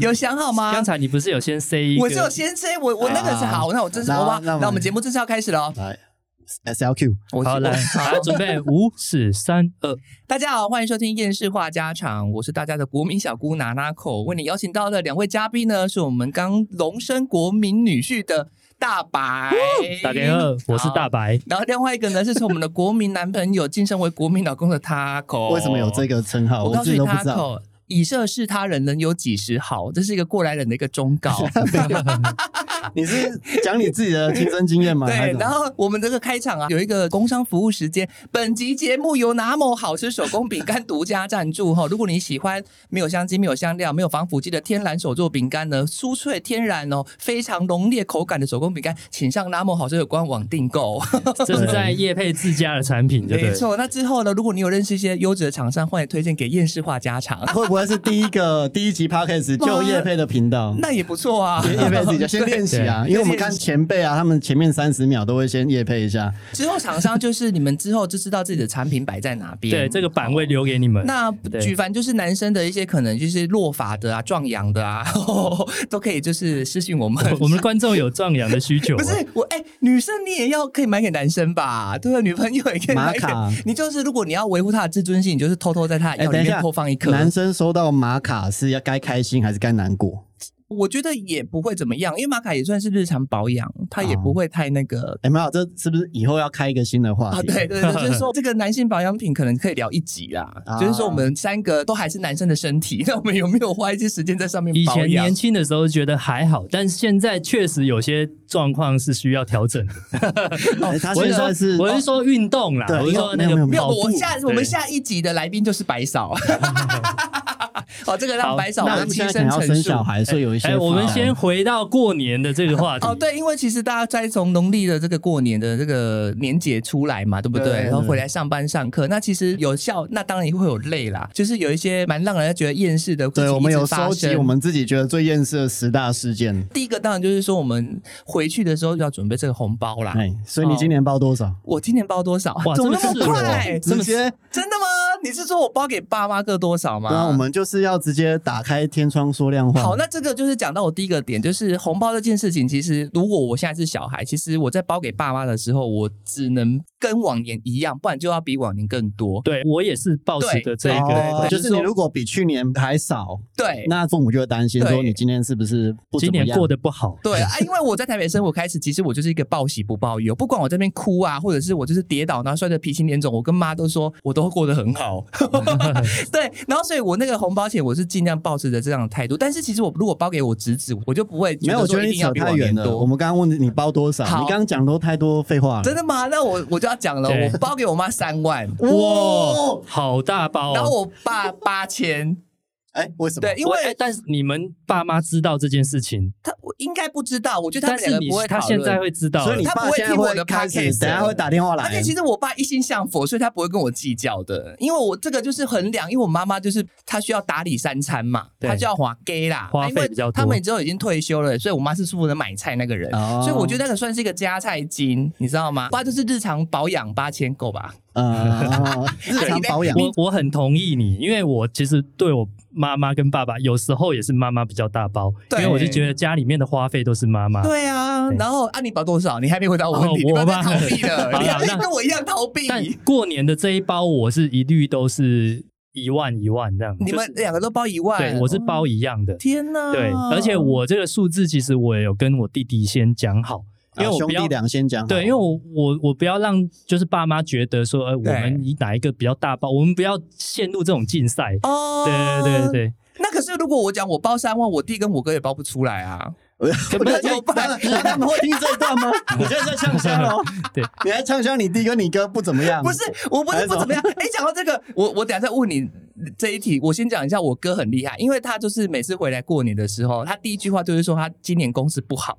有想好吗？刚才你不是有先 say 一个？我是有先 say，我我那个是好，那我真是那好吧？那我们那我们节目正式要开始了哦。来 S L Q，我好，来，好，准备，五、四、三、二。 大家好，欢迎收听《厌世话家常》，我是大家的国民小姑娜娜口。为你邀请到的两位嘉宾呢，是我们刚荣升国民女婿的大白，打给二，我是大好。白。然后另外一个呢，是从我们的国民男朋友晋升为国民老公的 Taco。为什么有这个称哦号？我告我诉自己你都不知道。 ，Taco，以涉是他人，人有几时好？这是一个过来人的一个忠告。你是讲你自己的亲身经验吗？还对是怎，么然后我们这个开场啊，有一个工商服务时间。本集节目由拿某好吃手工饼干独家赞助哈。如果你喜欢没有香精、没有香料、没有防腐剂的天然手做饼干呢，酥脆天然哦，非常浓烈口感的手工饼干，请上拿某好吃的官网订购。这是在叶配自家的产品，对不没对？错，那之后呢，如果你有认识一些优质的厂商，欢迎推荐给厌世化家常， 会不会是第一个第一集 podcast 就叶配的频道？那也不错啊。 叶叶配自己讲先练习啊，因为我们看前辈啊，他们前面三十秒都会先叶配一下。之后厂商就是你们之后就知道自己的产品摆在哪边。对，这个版位留给你们。那对举凡就是男生的一些可能就是落发的啊、 壮阳的啊，都可以就是私信我们。我我们观众有壮阳的需求 啊，不是我哎、女生你也要可以买给男生吧？对吧？啊女朋友也可以买给玛卡你。就是如果你要维护他的自尊心，你就是偷偷在他的哎，药等里一面下偷放一，颗。男生收到玛卡是要该开心还是该难过？我觉得也不会怎么样，因为玛卡也算是日常保养，他也不会太那个。哎，没有，这是不是以后要开一个新的话啊，题？对对对，就是说这个男性保养品可能可以聊一集啦。啊就是说我们三个都还是男生的身体，那我们有没有花一些时间在上面以保前养啊年？轻的时候觉得还好，但是现在确实有些状况是需要调整的。哎，他我现是在是说，我是说运动啦，对我是说那没有没个有没没有有，跑步。我下我们对下一集的来宾就是白嫂。 好，这个让好白嫂那他来们亲现在可身能要陈生述小。孩，所以有一些哎，我们法先回到过年的这个话题哦，。对，因为其实大家在从农历的这个过年的这个年节出来嘛，对不对？对然后回来上班上课，那其实有效，那当然也会有累啦。就是有一些蛮让人家觉得厌世的，对，我们有收收集我们自己觉得最厌世的十大事件。第一个当然就是说，我们回去的时候要准备这个红包啦。哎，所以你今年报多少？我今年包多少？啊哇哦怎么这那么么赤裸快？直接， 真的吗？你是说我包给爸妈各多少吗？对啊，我们就是要直接打开天窗说亮话。好，那这个就是讲到我第一个点，就是红包这件事情。其实，如果我现在是小孩，其实我在包给爸妈的时候，我只能跟往年一样，不然就要比往年更多。对，我也是抱持的这哦个，就是你如果比去年还少，对那父母就会担心说对你今年是不是不今怎么年样过得不好。对啊，因为我在台北生活开始，其实我就是一个报喜不报忧，不管我这边哭啊，或者是我就是跌倒然后摔得鼻青脸肿，我跟妈都说我都过得很好。 对，然后所以我那个红包钱我是尽量保持着这样的态度，但是其实我如果包给我侄子，我就不会没有，我觉说得一你定要扯比太往年远了。我多。们刚刚问你包多少，好你刚刚讲都太多废话了。真的吗？那我我就要讲了，对我包给我妈三 万，哇，好大包然后哦！我爸八 千，哎，为什么？对，因我为哎但是你们爸妈知道这件事情，他我应该不知道，我觉得他但们两是个你不会他讨现论在。会知道所以了你。他爸不会现在听我会的开始， podcast 等一下会打电话而来且。其实我爸一心向佛，所以他不会跟我计较的，因为我这个就是衡量，因为我妈妈就是她需要打理三餐嘛，对她就要花 gay 啦，花啊因为费比较多他们之后已经退休了，所以我妈是负责买菜那个人，哦所以我觉得那个算是一个加菜金，你知道吗？爸就是日常保养八千够吧？ 呃，日常保养，我我很同意你，因为我其实对我妈妈跟爸爸有时候也是妈妈比较大包，因对为我就觉得家里面的花费都是妈妈。对啊，对然后啊，你保多少？你还没回答我问题，哦你不要再我吧逃避了， 好啦你还在那跟我一样逃避。但过年的这一包，我是一律都是一万一万这样。你们就是两个都包一万，对我是包一样的，天啊呐！对，而且我这个数字其实我也有跟我弟弟先讲好，因为啊我兄不要弟俩先讲好。对，因为我我我不要让就是爸妈觉得说，呃，我对们以哪一个比较大包，我们不要陷入这种竞赛。哦，对对对。对， 那可是如果我讲我包三万，我弟跟我哥也包不出来啊。我 不是怎么办那他们会听这一段 吗？你现在在呛 香哦，对，你还呛香你弟跟你哥不怎么样？不是，我不还是是什不么怎么样。哎，讲到这个，我我等一下再问你这一题。我先讲一下，我哥很厉害，因为他就是每次回来过年的时候，他第一句话就是说他今年公司不好，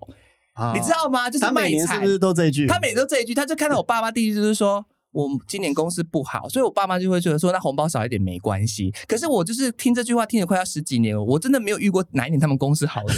啊，你知道吗？就是他卖每年是惨不。是都这一句？他每年都这一句，他就看到我爸妈第一句就是说。我今年公司不好，所以我爸妈就会觉得说，那红包少一点没关系。可是我就是听这句话听了快要十几年了，我真的没有遇过哪一年他们公司好的。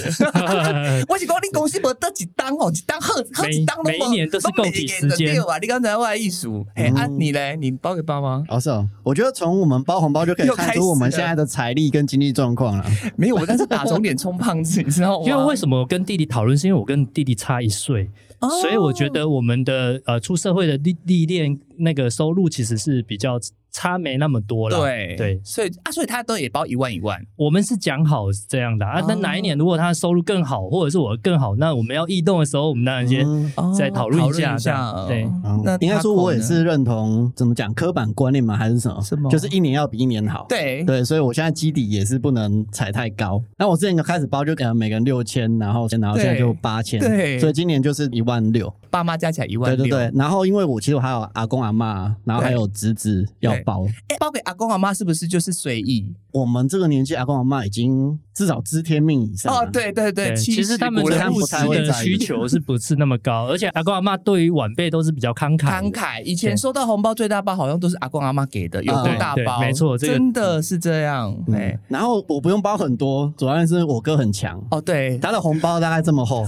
我是讲你公司无得几单哦，几单好好几单每每一年都是供给时间啊！你刚才外艺术，哎、啊嗯你嘞，你包给爸 妈？哦，是哦，我觉得从我们包红包就可 以又看开始出我们了现在的财力跟经济状况了。没有，我但是打肿脸充胖子，你知道吗？因为为什么我跟弟弟讨论，是因为我跟弟弟差一岁，哦所以我觉得我们的呃出社会的历历练那个收入其实是比较差没那么多了。对对，所以啊，所以他都也包一万一万，我们是讲好是这样的啊哦。那哪一年如果他的收入更好，或者是我更好，那我们要异动的时候，我们当然先嗯再讨论哦一下一这样下，哦对嗯那应该说，我也 Taco 呢是认同怎么讲刻板观念嘛，还是什么？什么就是一年要比一年好。对对，所以我现在基底也是不能踩太高。那我之前就开始包，就给每个人六千，然后然后对现在就八千，对所以今年就是一万六。爸妈加起来一万对六，对对，然后因为我其实我还有阿公阿妈，然后还有侄子要对包。哎，包给阿公阿妈是不是就是随意？我们这个年纪，阿公阿妈已经至少知天命以上了哦，，对对对，其实他们70的不物太质会的在意需求是不是那么高？而且阿公阿妈对于晚辈都是比较慷慨慷的。慨，以前收到红包最大包好像都是阿公阿妈给的，有多大对包？对没错这个真的是这样，哎嗯，，然后我不用包很多，主要是我哥很强，哦对，他的红包大概这么厚，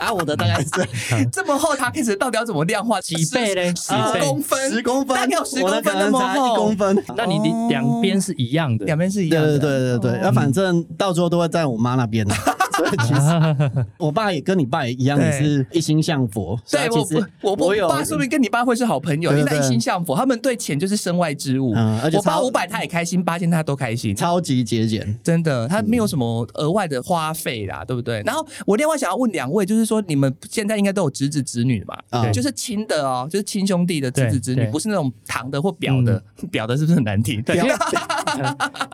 啊，我的大概是这么厚，它开始到底要怎么量化？几倍嘞十几倍公分，十公分，大概有十我公的分可那能么才一厚公，分。那你你哦两边是一样的，两边是一对样的，对对对对，那、反正到最后都会在我妈那边的，所以其实我爸也跟你爸一样，对也是一心向佛。所以对其我实不，我不我有爸说不定跟你爸会是好朋友，因对为对他一心向佛，他们对钱就是身外之物。嗯而且我爸超五百他也开心，八千他都开心。超嗯级节俭。真的，他没有什么额外的花费啦，对不对？然后我另外想要问两位，就是说你们现在应该都有侄子侄女吧？啊就是亲的哦，就是亲兄弟的侄子侄对女，对不是那种堂的或表的，嗯表的是不是很难听？对，因为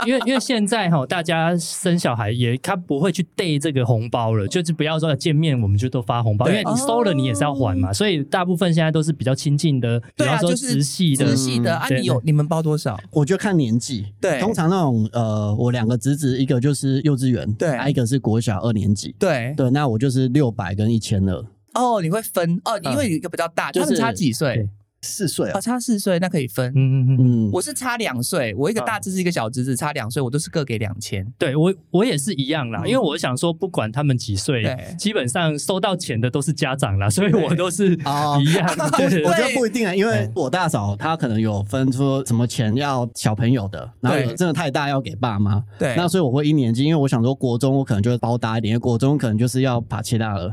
因为因为现在哈，大家生小孩也他不会去 day 这个红包了，就是不要说见面我们就都发红包，因对为你收了你也是要还嘛，所以大部分现在都是比较亲近的，比对啊方说就是直系的直，系的啊，对你有你们包多少？我就看年纪，对通常那种呃，我两个侄子，一个就是幼稚园，对啊一个是国小二年级，对，对，那我就是六百跟一千二，哦，你会分哦，因为有一个比较大，就他们是差几岁嗯对？四岁啊哦，，差四岁，那可以分。嗯嗯嗯，嗯，我是差两岁，我一个大侄子，一个小侄子，差两岁，我都是各给两千。对我我也是一样啦，嗯因为我想说不管他们几岁对，基本上收到钱的都是家长啦，所以对我都是哦一样的，对对我对觉得不一定啊，因为我大嫂她可能有分出什么钱要小朋友的，然后有对真的太大要给爸妈，对，那所以我会一年级，因为我想说国中我可能就会包大一点，因为国中可能就是要把切 大了，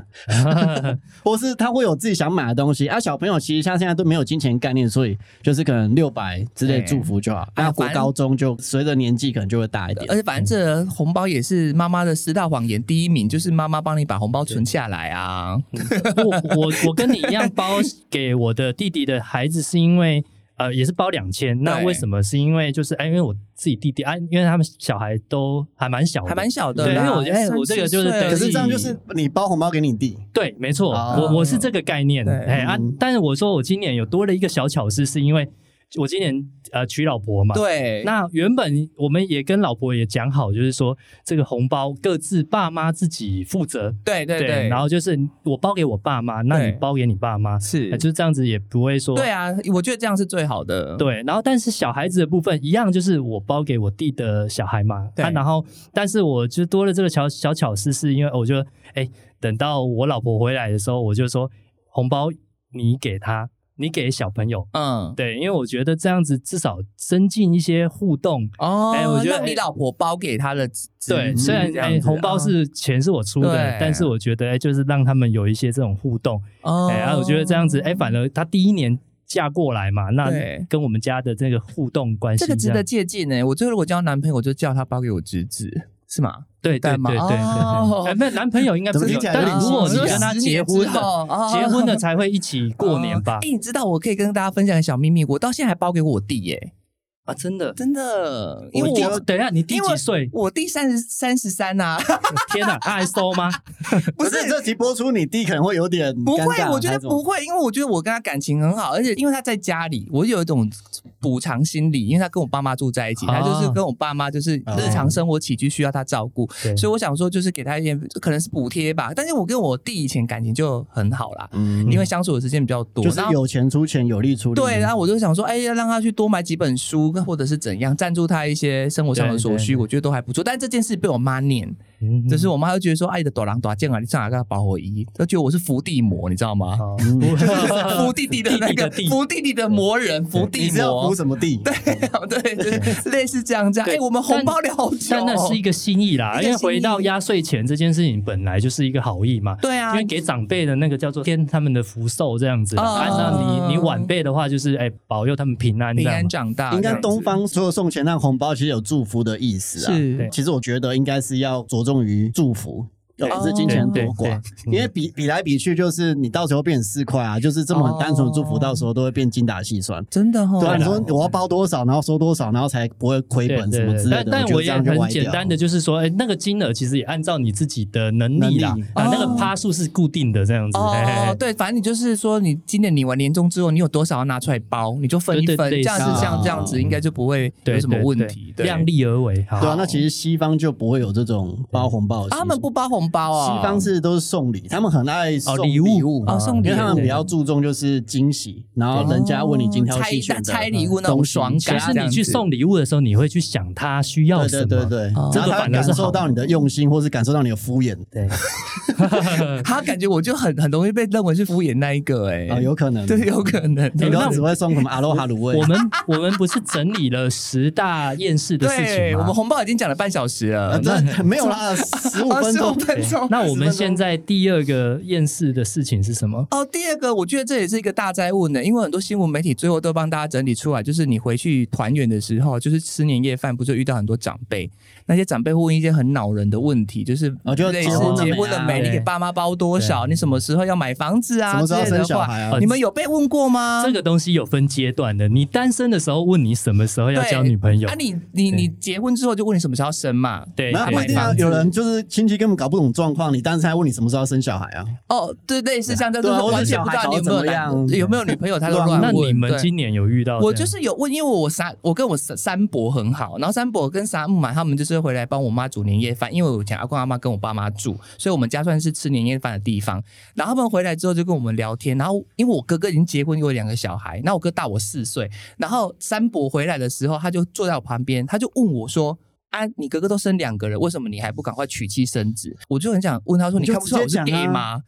或是他会有自己想买的东西啊。小朋友其实他现在都没有金钱概念，所以就是可能六百之类对祝福就好。哎那国反高中就随着年纪可能就会大一点而。且反正这红包也是妈妈的十大谎言第一名，就是妈妈帮你把红包存下来啊。我我我跟你一 样包给我的弟弟的孩子，是因为呃也是包两千。那为什么？是因为就是哎，因为我自己弟弟啊，因为他们小孩都还蛮小的，还蛮小的对，因啦为我觉哎得我这个就是30岁等可是这样于就是你包红包给你弟，对，没错，哦我我是这个概念。对哎啊嗯，但是我说我今年有多了一个小巧思，是因为我今年呃娶老婆嘛。对，那原本我们也跟老婆也讲好，就是说这个红包各自爸妈自己负责，对对对，然后就是我包给我爸妈，那你对包给你爸妈，是呃就是这样子也不会说对啊，我觉得这样是最好的。对然后但是小孩子的部分一样，就是我包给我弟的小孩嘛，对啊然后但是我就多了这个小小巧思，是因为我就哎，等到我老婆回来的时候，我就说红包你给他，你给小朋友，嗯，对，因为我觉得这样子至少增进一些互动。哦，哎我觉得让你哎老婆包给他的侄子对，虽然这样哎，子红包嗯是钱是我出的对，但是我觉得哎，就是让他们有一些这种互动，哦，哎，啊，我觉得这样子，哎，反而她第一年嫁过来嘛，那对跟我们家的这个互动关系这样，个值得借鉴欸呢。我最后如果交男朋友，我就叫他包给我侄子，是吗？对对干嘛对对哦对，哎，没有男朋友应该不怎么是有，听起来有但点如果你啊心机跟他结婚的，了结婚了才会一起过年吧哦哎、？你知道我可以跟大家分享个小秘密，我到现在还包给我弟耶、啊，真的，真的，因因为为我 我等一下，你弟因为几岁？我弟三十三十三呐，天哪，他还收吗？不不是是这集播出，你弟可能会有点 不尴会尬，我觉还得是怎么不会，因为我觉得我跟他感情很好，而且因为他在家里，我有一种补偿心理，因为他跟我爸妈住在一起，啊哦他就是跟我爸妈就是日常生活起居需要他照顾，对所以我想说就是给他一点可能是补贴吧。但是我跟我弟以前感情就很好啦，嗯因为相处的时间比较多，就是然后有钱出钱，有力出力。对，然后我就想说，哎，要让他去多买几本书，或者是怎样，赞助他一些生活上的所需，对对我觉得都还不错。但这件事被我妈念，嗯就是我妈就觉得说，哎，你的短狼短剑啊，你上哪个保我一？她觉得我是伏地魔，你知道吗？ 哦 就是伏弟弟的那个弟弟的弟伏弟弟的魔人，伏地你是要魔扶，什么地？对， 对，就是类似这样这样。对哎，我们红包聊好久但哦，那是一个心意啦，一个因为心意回到压岁钱这件事情本来就是一个好意嘛，对啊因为，给长辈的那个叫做添他们的福寿这样子啦。哦按照你你晚辈的话，就是哎保佑他们平安这平样安嘛。长大，应这该样东方所有送钱那红包其实有祝福的意思啊。是对其实我觉得应该是要着重于祝福，而不是金钱多对哦对嗯寡。对因为比比来比去，就是你到时候变四块啊，就是这么很单纯的祝福，哦到时候都会变精打细算。真的哈。对啊，你说对啦我要包多少，然后收多少，然后才不会亏对本什对么之对，类但的。但觉得我这也样就很歪简掉单的，就是说，哎，那个金额其实也按照你自己的能力啦能力，啊，哦那个趴数是固定的这样子。哎哦，，对，反正你就是说，你今年领完年终之后，你有多少要拿出来包，你就分一对分，对这样对子是啊像这样子，应该就不会对有什么对问对题。对量力而为。好对啊，那其实西方就不会有这种包红包的习俗。啊，他们不包红包啊，西方是都是送礼，他们很爱送哦礼物物啊送因礼为他物们比较注重就是惊喜，然后人家问你今天要拆去选的拆礼物那种东西爽感其这实样你去子送礼物的时候，你会去想他需要对什对么。对对，哦然这后个他反而是感受好到你的用心，或是感受到你的敷衍对， 他感觉我就很很容易被认为是敷衍那一个，哎啊，，有可能对，有可能。你都只会送什么阿罗哈卤味啊我，们我们不是整理了十大厌世的事情对，吗？我们红包已经讲了半小时啊了，这没有 啦，十五二分啊十五钟。分钟。那我们现在第二个厌世的事情是什么？哦，第二个，我觉得这也是一个大灾问呢，因为很多新闻媒体最后都帮大家整理出来，就是你回去团圆的时候，就是吃年夜饭，不是遇到很多长辈，那些长辈会问一些很恼人的问题，就是哦就类结似婚了结没婚了啊没，你给对爸妈包多少，你什么时候要买房子什啊么之时候类生的小话，孩啊呃？你们有被问过吗？这个东西有分阶段的，你单身的时候问你什么时候要对交女朋友啊，你你对你结婚之后就问你什么时候要生嘛？对，那不一定哎对啊买房，子有人就是亲戚根本搞不懂状况，你但是还问你什么时候要生小孩 啊？哦，对，类似像这对种，啊就是或者完全不知道你有没有小男孩搞得怎么样有没有女朋友，他都对啊乱那问。你们对今年有遇到这样？我就是有问，因为我三我跟我三三伯很好，然后三伯跟三木嘛，他们就是回来帮我妈煮年夜饭，因为我以前阿公阿妈跟我爸妈住，所以我们家算是吃年夜饭的地方。然后他们回来之后就跟我们聊天，然后因为我哥哥已经结婚，有两个小孩，那我哥大我四岁，然后三伯回来的时候，他就坐在我旁边，他就问我说。啊，你哥哥都生两个人，为什么你还不赶快娶妻生子？我就很想问他说，你你就看不出来我直是接讲啊 gay 吗？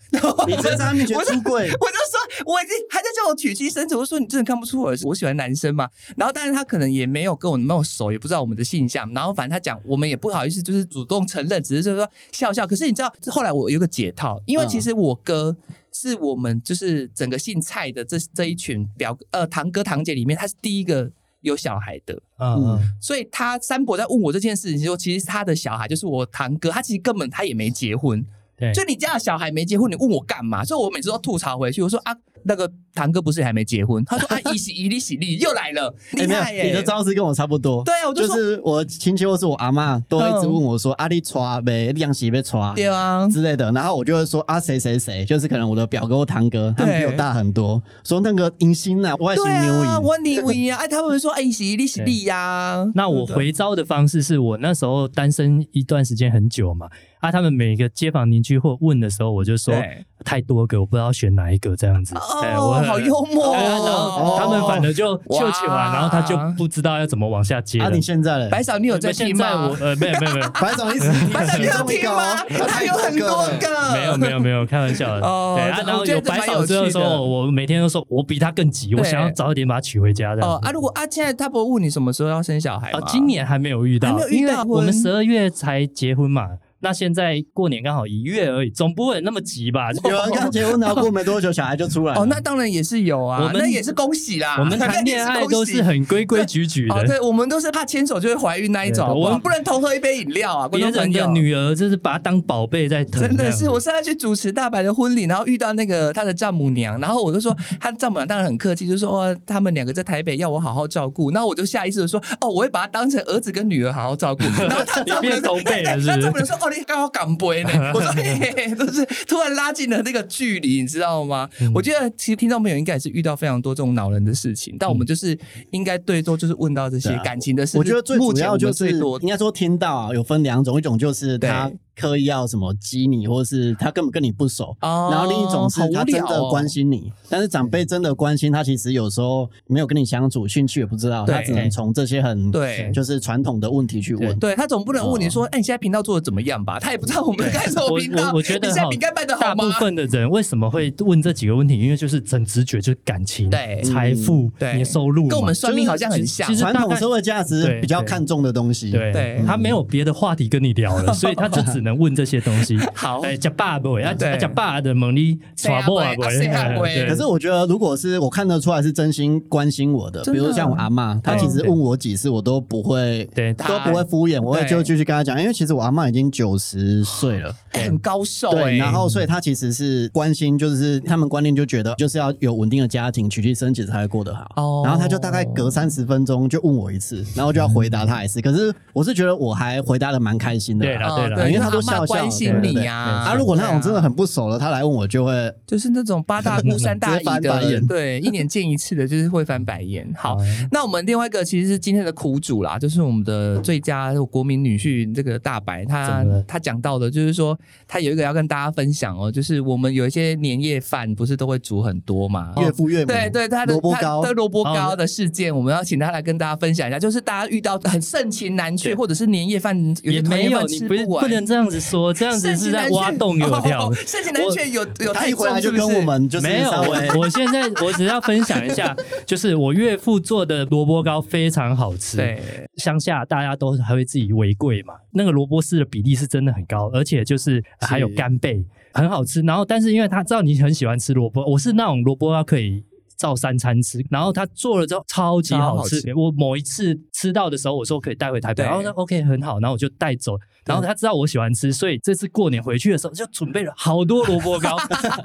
你直接在他面前我是出 柜，我就说我已经还在叫我娶妻生子，我就说你真的看不出我我喜欢男生嘛？然后但是他可能也没有跟我那么熟，也不知道我们的性向。然后反正他讲我们也不好意思，就是主动承认，只是就是说笑笑。可是你知道后来我有个解套，因为嗯其实我哥。是我们就是整个姓蔡的这这一群表呃堂哥堂姐里面，他是第一个有小孩的，嗯，嗯所以他三伯在问我这件事情的时候，其实他的小孩就是我堂哥，他其实根本他也没结婚，对，就你家的小孩没结婚，你问我干嘛？所以我每次都吐槽回去，我说啊，那个堂哥不是还没结婚？他说 啊，一喜一利喜利又来了，哎厉没害欸有，耶、你的招式跟我差不多。对啊，我就就说、是我亲戚或是我阿妈都会一直问我说：“阿、啊、你抓呗，亮喜被抓对啊，之类的。”然后我就会说：“啊，谁谁谁，就是可能我的表哥或堂哥，他们比对我大很多，说那个迎新啊，外星对牛啊，迎。我你我呀，哎，他们说哎，一喜一利喜利呀。那我回招的方式是我那时候单身一段时间很久嘛，啊，他们每个街坊邻居或问的时候，我就说对太多个，我不知道选哪一个这样子。哎我哦，很好幽默对啊然哦后。他们反而就哇就起完，然后他就不知道要怎么往下接啊，了。你现在嘞？白嫂，你有在现听在吗？我呃没有没有没有白总一直提白嫂，你有听吗？啊他有很多个，没有没有没有开玩笑的。嗯 哦对啊这，然后我觉得有这蛮白有手之后趣的说，我每天都说我比他更急，我对想要早一点把他娶回家这样子。哦啊！如果啊，现在他不会问你什么时候要生小孩吗啊，今年还没有遇到，还没有遇到因为我婚们十二月才结婚嘛。那现在过年刚好一月而已，总不会那么 急吧？有人刚结婚，然后过没多久小孩就出来了。哦，那当然也是有我啊，们那也是恭喜啦。 我们谈那也恋是恭爱都喜是很规规矩矩 哦，的。对，我们都是怕牵手就会怀孕那一种，对我我们不能偷喝一杯饮料啊，观别众朋人友的。女儿就是把她当宝贝在疼，真这的样是，我上次去主持大白的婚礼，然后遇到那个他的丈母娘，然后我就 说他丈母娘当然很客气，就说哦，他们两个在台北要我好好照顾，然 后我就下意识的说哦，我会把他当成儿子跟女儿好好照顾，然后他丈母变娘同辈了对是他不是丈母娘说哦，哦，你刚好港杯呢，我说 嘿嘿嘿，都是突然拉近了那个距离，你知道吗？嗯我觉得其实听众朋友应该也是遇到非常多这种恼人的事情，但我们就是应该最多就是问到这些嗯对啊感情的事。我觉得最目主前要我就们是最多应该说听到啊，有分两种，一种就是他对刻意要什么激你，或是他根本跟你不熟。哦然后另一种是好他无真聊的哦关心你，但是长辈真的关心他，其实有时候没有跟你相处，兴趣也不知道，对他只能从这些很对就是传统的问题去问。对他总不能问你哦说，哎、你现在频道做的怎么样吧？他也不知道我们开什么我频道。我我觉得你现在哈饼干卖的好大部吗？分的人为什么会问这几个问题？因为就是很直觉，就是感情、对嗯财富、对你的收入嘛，跟我们算命好像很像其实传大统概社会价值对比较对看重的东西。对，对他没有别的话题跟你聊 了，所以他就只能问这些东西。好哎，讲爸不？啊，对讲爸的猛力耍不啊啊谁啊喂对可是我觉得，如果是我看得出来是真心关心我的，真比的啊如像我阿妈，她其实对问我几次，我都不会，对都不会敷衍，我会对就继续跟她讲，因为其实我阿妈已经九十岁了。哎很高寿哎、对，然后所以她其实是关心，就是他们观念就觉得就是要有稳定的家庭，娶妻生子才会过得好。哦然后她就大概隔三十分钟就问我一次，然后就要回答她一次。可是我是觉得我还回答的蛮开心的啦。对啦啊对啦对，因为他他都笑笑关心对对你对呀、对啊，如果那种真的很不熟了，她来问我就会就是那种八大姑三大 直接姨翻白的，眼哦对，一年见一次的，就是会翻白眼。好，那我们另外一个其实是今天的苦主啦，就是我们的最佳国民女婿这个大白，他怎么了他讲到的就是说，他有一个要跟大家分享哦，就是我们有一些年夜饭不是都会煮很多嘛，岳父岳母，对对，他的萝卜他糕的萝卜糕的事件，我们要请他来跟大家分享一下，就是大家遇到很盛情难却，对或者是年夜饭有些也没有，团年饭你吃不是完不能这样子说，这样子是在挖洞给我 跳。哦盛情难却有有他太一回来重就是不跟是哎我们就是没有，稍微我我现在我只要分享一下，就是我岳父做的萝卜糕非常好 吃。，对乡下大家都还会自己围柜嘛，那个萝卜丝的比例是真的很高，而且就是呃还有干贝，很好吃。然后，但是因为他知道你很喜欢吃萝卜，我是那种萝卜糕可以。照三餐吃，然后他做了之后超级好吃。超我某一次吃到的时候，我说可以带回台北，对然后他说 OK 很好，然后我就带走。然后他知道我喜欢吃，所以这次过年回去的时候就准备了好多萝 卜糕。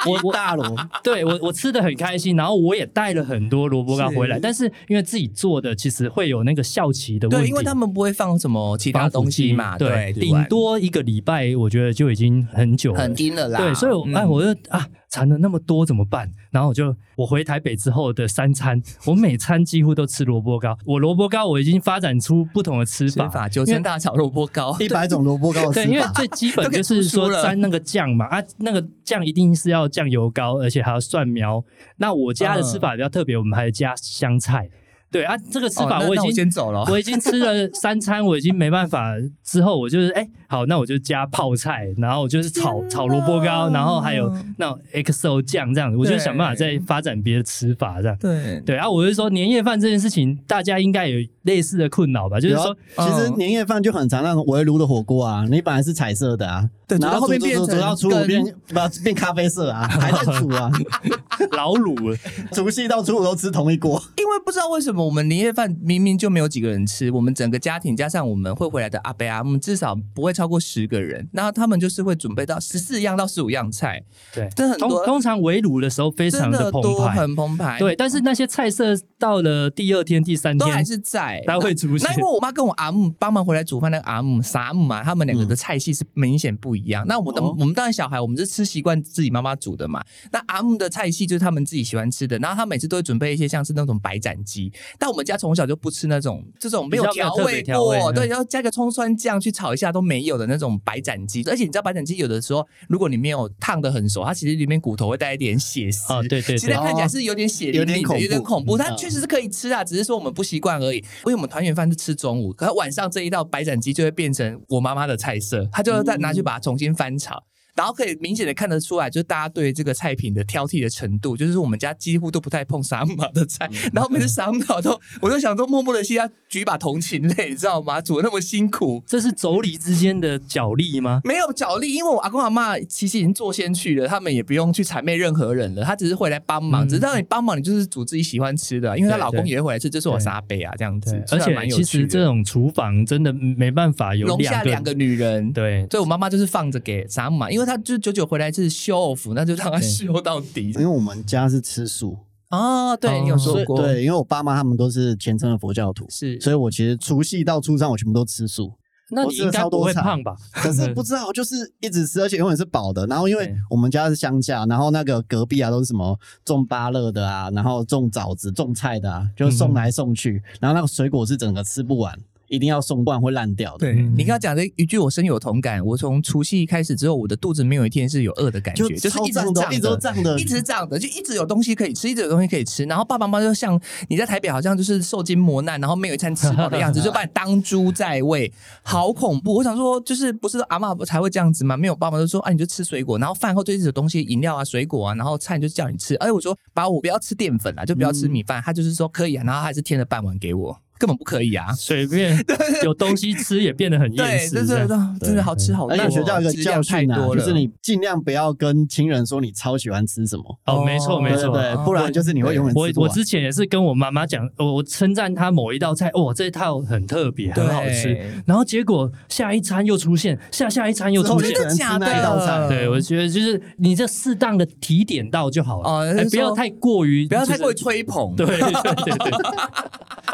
我我大萝。对我我吃的很开心，然后我也带了很多萝卜糕回来，是但是因为自己做的，其实会有那个效期的问对，题。因为他们不会放什么其他防腐东西剂嘛，对，对，顶多一个礼拜，我觉得就已经很久了很。阴了啦。对，所以我嗯哎，我就啊，馋了那么多怎么办？然后我就我回台北之后的三餐，我每餐几乎都吃萝卜糕。我萝卜糕我已经发展出不同的吃吃法，嗯法九因为层大炒萝卜糕，一百种萝 卜糕的对，吃因为法，最基本都可以就是出书说了沾那个酱嘛，啊，那个酱一定是要酱油膏，而且还要蒜苗。那我家的吃嗯法比较特别，我们还加香菜。对啊，这个吃哦法那我已那经、先走了。我已经吃了三餐，我已经没办法。之后我就是哎、好，那我就加泡菜，然后就是炒天哪炒萝卜糕，然后还有那种 XO 酱这样子，我就对想办法再发展别的吃法这样。对，对啊，我是说年夜饭这件事情，大家应该有类似的困扰吧？就是有啊说，其实嗯年夜饭就很常那种围炉的火锅啊，你本来是彩色的啊，对煮然到后后面煮变煮成煮到初羹五变不变咖啡色 啊，还在煮啊，老卤了除夕到初五都吃同一锅，因为不知道为什么我们年夜饭明明就没有几个人吃，我们整个家庭加上我们会回来的阿伯阿姆，至少不会超过十个人。然后他们就是会准备到十四样到十五样菜，对，真的很通多通常围炉的时候非非常的澎多，湃，很澎湃。对。但是那些菜色到了第二天、第三都天还，是在，它会出现那因为我妈跟我阿姆帮忙回来煮饭，那个阿姆、傻姆啊嘛，他们两个的菜系是明显不一样。那我们的、哦我们当然小孩，我们是吃习惯自己妈妈煮的嘛。那阿姆的菜系就是他们自己喜欢吃的，然后他每次都会准备一些像是那种白斩鸡，但我们家从小就不吃那种这种没有比较没有调特味别调味过，嗯对，然后加个葱蒜酱去炒一下都没有的那种白斩鸡。而且你知道白斩鸡有的时候，如果你没有烫的很熟，它其实里面骨头会带一点血丝。哦，对对其实对，看起来是有点血淋淋的，有点恐怖有点恐怖。嗯它确实是可以吃啊，只是说我们不习惯而已。因为我们团圆饭是吃中午，可是晚上这一道白斩鸡就会变成我妈妈的菜色，她就会再嗯拿去把它重新翻炒。然后可以明显的看得出来，就是大家对这个菜品的挑剔的程度，就是我们家几乎都不太碰沙姆玛的菜。嗯然后每次沙姆玛都，我都想说，默默的替他举一把同情泪，你知道吗？煮的那么辛苦，这是妯娌之间的角力吗？没有角力，因为我阿公阿妈其实已经做先去了，他们也不用去谄媚任何人了，他只是会来帮忙，嗯只是让你帮忙，你就是煮自己喜欢吃的啊，因为她对老公对也会回来吃，这是我沙杯啊，这样对子，，而虽然蛮且有其趣实的这种厨房真的没办法有容下两两个个，女人。对，所以我妈妈就是放着给啥嘛，因为她就久久回来是修 off，那就让她对修到底因。为我们家是吃素，嗯哦，对哦你有说所以过，对，因为我爸妈他们都是虔诚的佛教徒，是所以我其实除夕到初三我全部都吃素，那我你吃了应该超不多会菜胖吧？ 可是不知道，就是一直吃，而且永远是饱的。然后因为对我们家是乡下，然后那个隔壁啊都是什么种芭乐的啊，然后种枣子、种菜的啊，就嗯送来送去。然后那个水果是整个吃不完，一定要送，不然会烂掉的。对嗯你刚刚讲的一句，我深有同感。我从除夕开始之后，我的肚子没有一天是有饿的感觉，就超是一直胀的，哦一直都胀的。胀的，一直胀的，就一直有东西可以吃，一直有东西可以吃。然后爸爸妈妈就像你在台北，好像就是受尽磨难，然后没有一餐吃饱的样子，就把你当猪在喂，好恐怖。我想说，就是不是阿妈才会这样子吗？没有爸妈就说啊，你就吃水果，然后饭后就一直有东西，饮料啊、水果啊，然后菜就叫你吃。哎，我说把我不要吃淀粉啊，就不要吃米饭。他就是说可以啊，然后他还是添了半碗给我，根本不可以啊。随 便有东西吃也变得很 厌对，食。这这这样这真的好吃好多而哦，且学到一个质教量太训啊，多就了，是你尽量不要跟亲人说你超喜欢吃什么，哦，没错哦没对错。对，不然就是你会永远我吃不我完。之前也是跟我妈妈讲，我我称赞她某一道菜，哇，这一套很特别，对很好吃。。然后结果下一餐又出现，下下一餐又出现真，的假的？真的假的对，我觉得就是你这适当的提点到就好了，哦哎就是不要说太过于，不要太过于就是。吹捧。对对对对对，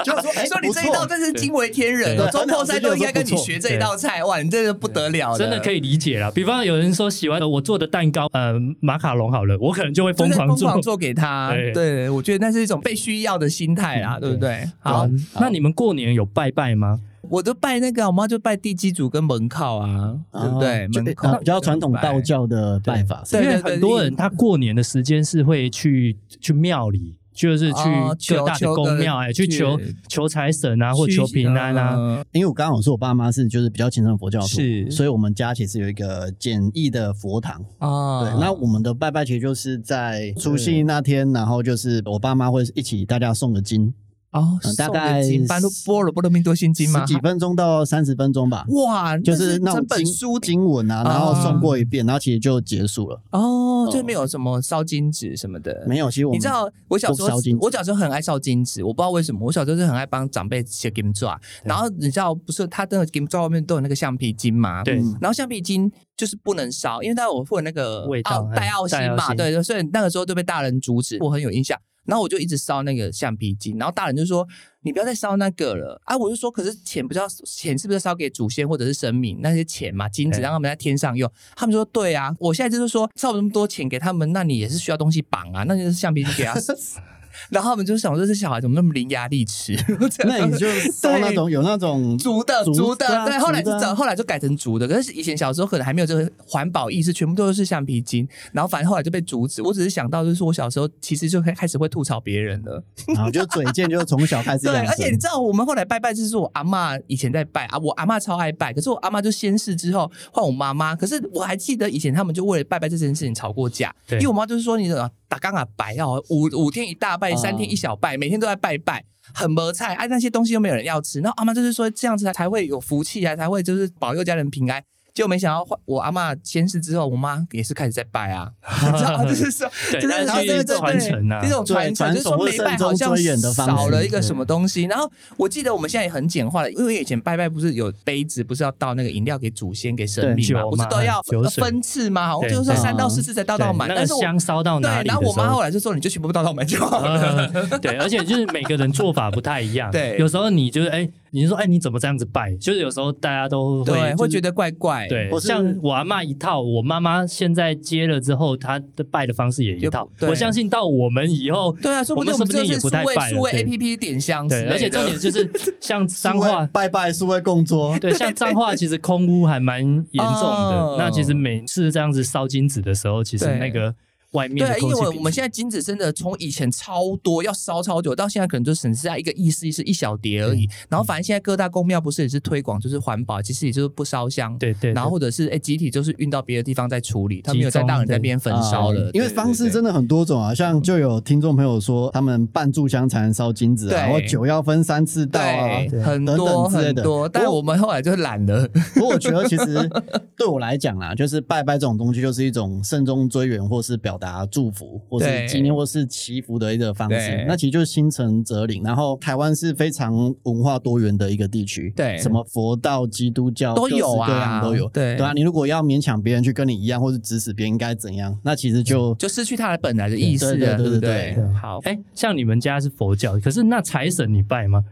就说哎，说你不这错一道真是惊为天人对哦，对中破赛都应该跟你学这一道菜，哇，你真的不得了，真的可以以理解啦。比方有人说喜欢呃我做的蛋糕，呃，马卡龙好了，我可能就会疯疯狂狂做。做给他对。对，我觉得那是一种被需要的心态啦，对不对？好好，，那你们过年有拜拜吗？我都拜那个，我妈就拜地基主跟门靠啊，对不对？哦就呃门靠比较传统道，教的拜法，对因为对对很多人他过年的时间是会去去庙里，就是哦去求各大的求宫个庙，哎，去去求求财神啊，或求平安啊。啊，因为我刚刚有说我爸妈是就是比较虔诚的佛教徒，是所以我们家其实有一个简易的佛堂。对，啊，那我们的拜拜其实就是在除夕那天，然后就是我爸妈会一起大家诵个经，哦嗯，大概一般都波罗波罗蜜多心经十吗？几分钟到三十分钟吧，哇，就那是那整种本经书经文啊，然后啊诵过一遍，然后其实就结束了。哦，就嗯没有什么烧金纸什么的，没有，其实我你们知道我小时候都烧金，纸我小时候很爱烧金纸，我不知道为什么，我小时候是很爱帮长辈写金抓，然后你知道不是他那个金抓外面都有那个橡皮筋嘛？对嗯然后橡皮筋就是不能烧，因为那我会有那个味道奥哎带奥辛带奥嘛，辛对，所以那个时候就被大人阻止，我很有印象。然后我就一直烧那个橡皮筋，然后大人就说：“你不要再烧那个了。”啊，我就说：“可是钱不是要钱是不是要烧给祖先或者是神明那些钱嘛，金子哎让他们在天上用。”他们说：“对啊，我现在就是说烧那么多钱给他们，那你也是需要东西绑啊，那就是橡皮筋给他。” 然后他们就想说：“这小孩怎么那么伶牙俐齿？” 那你就烧那种有那种竹的，竹竹的对，啊对，后来竹就的啊找，后来就改成竹的。可是以前小时候可能还没有这个环保意识，全部都是橡皮筋，然后反正后来就被阻止。我只是想到，就是我小时候其实就开开始会吐槽别人了。然后就嘴贱，就从小开始对，养而且你成。知道，我们后来拜拜就是我阿嬷以前在拜啊，我阿嬷超爱拜，可是我阿嬷就先逝之后换我妈妈，可是我还记得以前他们就为了拜拜这件事情吵过架，对因为我妈就是说你的打刚啊拜哦，五五天一大拜，啊三天一小拜，每天都在拜拜。很磨菜，哎、那些东西又没有人要吃，然后阿妈就是说这样子才会有福气啊，才会就是保佑家人平安。结果没想到换我阿嬷先逝之后，我妈也是开始在拜啊， 你知道吗就是说对，就是但然后是对对对传承啊这，种传承，就是说没拜好像少了一个什么东西。然后我记得我们现在也很简化了，因为以前拜拜不是有杯子，不是要倒那个饮料给祖先给神明对嘛，酒嘛不是都要酒水分次吗？好像就是说对三到四次才倒到满，对那但个是我。香烧到对哪，里？然后我妈 后来就说，你就全部倒到满就好了。呃对，而且就是每个人做法不太一 样。对有时候你就是哎、你就说哎、你怎么这样子拜？就是有时候大家都会 对，会觉得。得怪怪。对或，是像我阿嬷一套，我妈妈现在接了之后，她的拜的方式也一套就。对我相信到我们以后，对啊，说不定我我们们这说不定是也不数太位拜了数位对 A P P 点香之对类，的，而且重 点就是像脏数位话，拜拜是会共桌，对，像脏话其实空屋还蛮严重的哦。那其实每次这样子烧金纸的时候，其实对那个外面的对，因空为气我品我们质现在金子真的从以前超多，要烧超久，到现在可能就只剩下一个意思，是一小碟而已。然后嗯反正现在各大公庙不是也是推广就是环保，其实也就是不烧香，对对，然后或者是哎集体就是运到别的地方再处理，他没有在大人那边焚烧了啊，因为方式真的的很多种啊，嗯像就有听众朋友说，他们半炷香才能烧金子啊，对然后酒要分三次对到啊。对很多等等之类很的多，但我我们后来就懒了，不过我觉得 其实对我来讲啦，啊就是拜拜这种东西，就是一种慎终追远，或是表达祝福，或对是纪念，或是祈福的一个方式对。那其实就是心诚则灵。然后台湾是非常文化多元的一个地区，对什么佛道、基督教都有各式各啊样都有。对对啊，你如果要勉强别人去跟你一样，或是指使别人应该怎样，那其实就就失去它的本来的意思了，对对不对对对哎对？好，哎，像你们家是佛教，可是那财神你拜吗？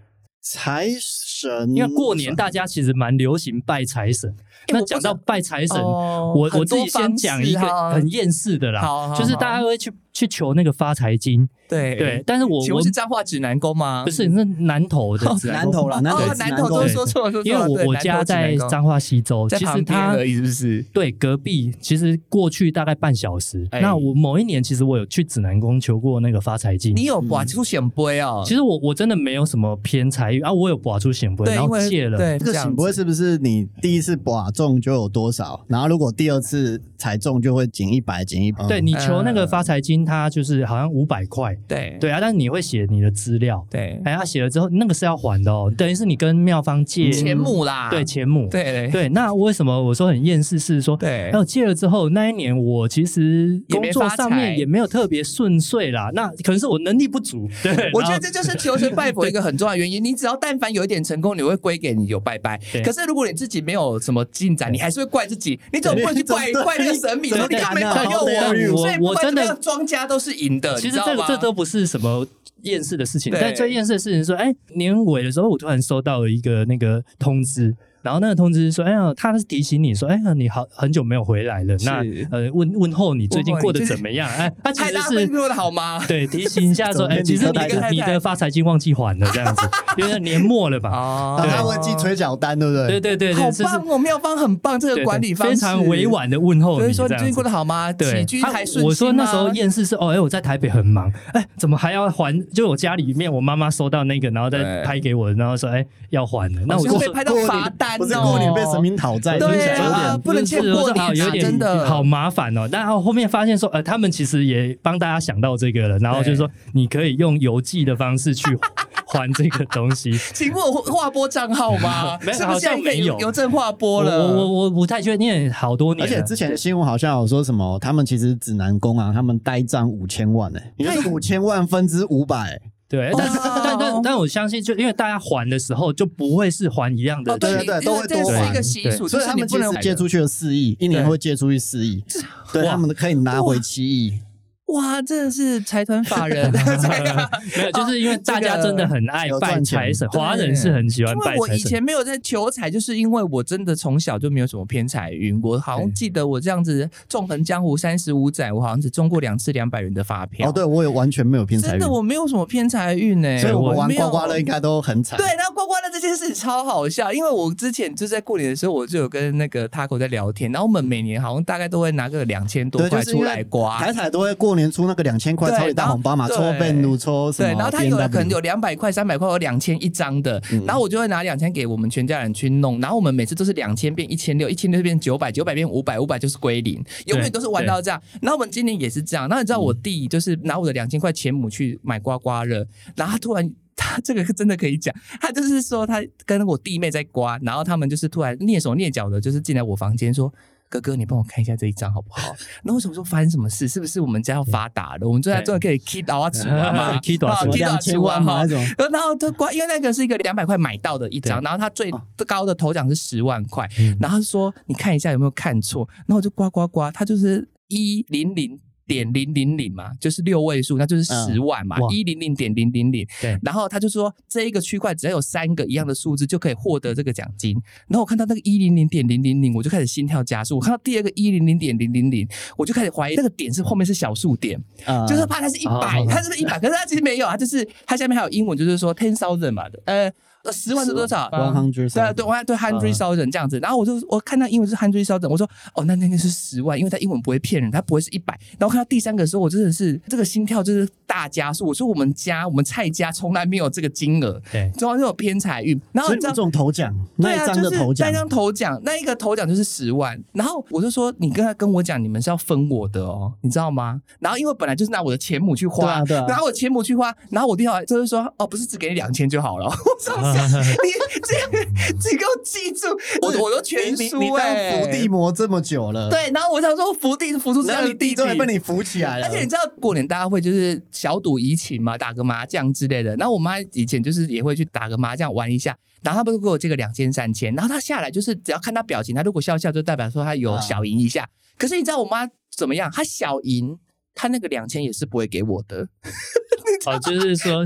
财神，因为过年大家其实蛮流行拜财神。嗯那哎我不讲到知拜财神，哦我很我自多己先方讲式一个哈很厌世的啦，好好就是好大家会去去求那个发财金，对对。。但是我请我问是彰化指南宫吗？不是那南投的哦指南南投啦，南投哦，指南投都对说错了，说错因为了对我我南投家指南在宫彰化西周，在其实旁边它而已，是不是？对隔壁其实过去大概半小时。哎那我某一年其实我有去指南宫求过那个发财金你。有嗯把出显杯哦？其实我我真的没有什么偏财运啊，我有刮出显不，对，然因后为借了，对这个醒样不会子。是不是你第一次刮中就有多少，然后如果第二次才中就会减一百，减一百。对嗯你求那个发财金，它就是好像五百块，对对啊，但是你会写你的资料，对哎，他写了之后，那个是要还的哦，等于是你跟妙方借嗯钱母啦，对钱母，对对。那为什么我说很厌世？是说，对还有借了之后，那一年我其实也工没作发上财面也没有特别顺遂啦，那可能是我能力不足。对， 我觉得然后这就是求神拜佛一个很重要的原因。你只要但凡有一点成功，你会归给你有拜拜对。可是如果你自己没有什么进展，你还是会怪自己。你总不能去 怪对怪那个神明说你对干嘛没保佑对对我？我所以不我管怎真么的样，庄家都是赢的。其你知实道这个吗这都不是什么厌世的事情，对但最厌世的事情是说，哎，年尾的时候我突然收到了一个那个通知。然后那个通知说，哎呀，他是提醒你说，哎呀，你好很久没有回来了，那是呃问问候你最近问候你过得就是怎么样？哎，他其太实大是会过得好吗？ 对，提醒一下 说，怎么哎、变其实成你太太的你的发财金忘记还了这样子，因为年末了吧？哦然后他会寄催缴单，对不对对？对对好对，这是棒哦！妙方很棒，这个对对管理方式非常委婉的问候所哦你以这说你最样近过子。得好吗？对起居啊还顺心吗我说那时候厌世是哦，哎，我在台北很忙，哎，怎么还要还？就我家里面，我妈妈收到那个，然后再对拍给我，然后说，哎，要还了。那好我像就哦被说拍到过年罚单不是哦过年被神明讨债，对啊听起来有啊点不能欠就是过我说年好有啊点真的好麻烦哦。但后面发现说，呃，他们其实也帮大家想到这个了，然后就是说，你可以用邮寄的方式去 还这个东西。 请问我划拨账号吗？没有 是不好是像现在可以没有邮政划拨了？我我我不太确定，好多年而了，且之前新闻好像有说什么，他们其实指南宫啊，他们呆账五千万呢、你就是五千万分之五百，对，但是哇但但但我相信，就因为大家还的时候就不会是还一样的哦，对钱，对对你都会这个多是还一个习俗，就所以是他你们不其实能借出去了四亿，一年会借出去四亿，对，哇他们可以拿回七亿。哇，真的是财团法人，啊这样没有，就是因为大家真的很爱这个拜财神，有赚钱华人是很喜欢 哦啊因拜为我财以神。前没有在求财，就是因为我真的从小就没有什么偏财运。我好像记得我这样子纵横江湖三十五载，我好像只中过两次两百元的发票。哦，对，我也完全没有偏财真运的，我没有什么偏财运呢、所以我们玩哎没有刮刮乐应该都很惨。对，然后刮刮乐这件事超好笑，因为我之前就在过年的时候，我就有跟那个 Taco 在聊天，然后我们每年好像大概都会拿个两千多对，块就是因出为来刮，台彩都会过年出那个两千块对超级大红包嘛，然抽后对贝奴抽什么对， BMW，然后他有的可能有两百块、三百块或两千一张的，嗯然后我就会拿两千给我们全家人去弄，然后我们每次都是两千变一千六，一千六变九百，九百变五百，五百就是归零，永远都是玩到这样。然后我们今年也是这样，然后你知道我弟就是拿我的两千块钱母去买刮刮乐，然后他突然。他这个真的可以讲，他就是说他跟我弟妹在刮，然后他们就是突然蹑手蹑脚的，就是进来我房间说：“哥哥，你帮我看一下这一张好不好？”然后我想说发生什么事，是不是我们家要发达了？我们最终于可以 kick out 啊，主啊嘛 Kick out 啊 主啊，kick 两 out 千主啊万嘛哈那。种。然后他关，因为那个是一个两百块买到的一张，然后他最高的头奖是十万块，嗯然后他说你看一下有没有看错，然后我就刮刮刮，他就是一零零点零零零嘛，就是六位数，那就是十万嘛嗯，哇一零零点零零零对。然后他就说这一个区块只要有三个一样的数字就可以获得这个奖金。然后我看到那个一零零点零零零，我就开始心跳加速。我看到第二个一零零点零零零，我就开始怀疑那个点是后面是小数点。啊就是怕它是一好好百，好它是不是一百？可是它其实没有，它就是它下面还有英文，就是说 ten thousand 嘛的，呃，十万是多少 one hundred，对啊，对，我对 hundred thousand 这样子，然后我就我看到英文是 hundred thousand，我说哦，那那个是十万，因为它英文不会骗人，它不会是一百。然后看到第三个的时候，我真的是这个心跳就是大加速。我说我们家我们蔡家从来没有这个金额，对，从来没有偏财运。然后所你以你知道中头奖那对一啊，张就的是头奖那一，张头奖，那一个头奖就是十万。然后我就说，你跟他跟我讲，你们是要分我的哦，你知道吗？然后因为本来就是拿我的钱母去花，对啊对啊然后我钱母去花，然后我弟好像就是说，哦，不是只给你两千就好了。 我 说你这个，你给我记住，我我都全你输你当哎、伏地魔这么久了，，对，然后我想说，伏地伏出这然样后的你弟弟弟终于被你扶起来了，而且你知道过年大家会就是小赌怡情嘛，打个麻将之类的。然后我妈以前就是也会去打个麻将玩一下，然后她不是给我借个两千三千，然后她下来就是只要看她表情，她如果笑笑就代表说她有啊小赢一下。可 是你知道我妈怎么样？她小赢，她那个两千也是不会给我的。你 哦，就是 说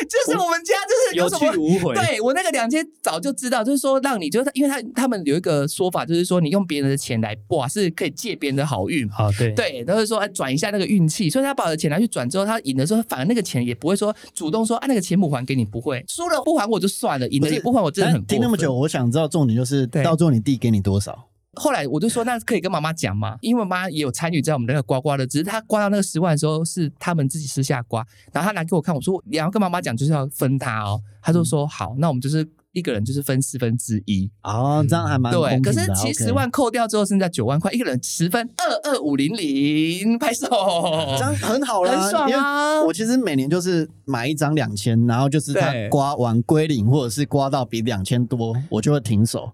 就是我们家就是有什去么无回，对我那个两千早就知道，就是说让你就是，因为他他们有一个说法，就是说你用别人的钱来哇，是可以借别人的好运。好哦对对，都是说哎转一下那个运气，所以他把我的钱拿去转之后，他赢的时候，反而那个钱也不会说主动说啊那个钱母还给你，不会输了不还我就算了，赢了也不还我，真的很但听那么过分久，。我想知道重点就是对到最后你弟给你多少？后来我就说那可以跟妈妈讲吗？因为妈也有参与在我们那个刮刮的，只是她刮到那个十万的时候是他们自己私下刮，然后她拿给我看，我说你要跟妈妈讲就是要分她哦，她就嗯说好，那我们就是一个人就是分四分之一。哦，这样还蛮公对，平的啊可是七 OK 十万扣掉之后，剩下九万块，一个人十分二二五零零，拍 手，这样很好啦，很爽因为啊！我其实每年就是买一张两千，然后就是它对刮完归零，或者是刮到比两千多，我就会停手。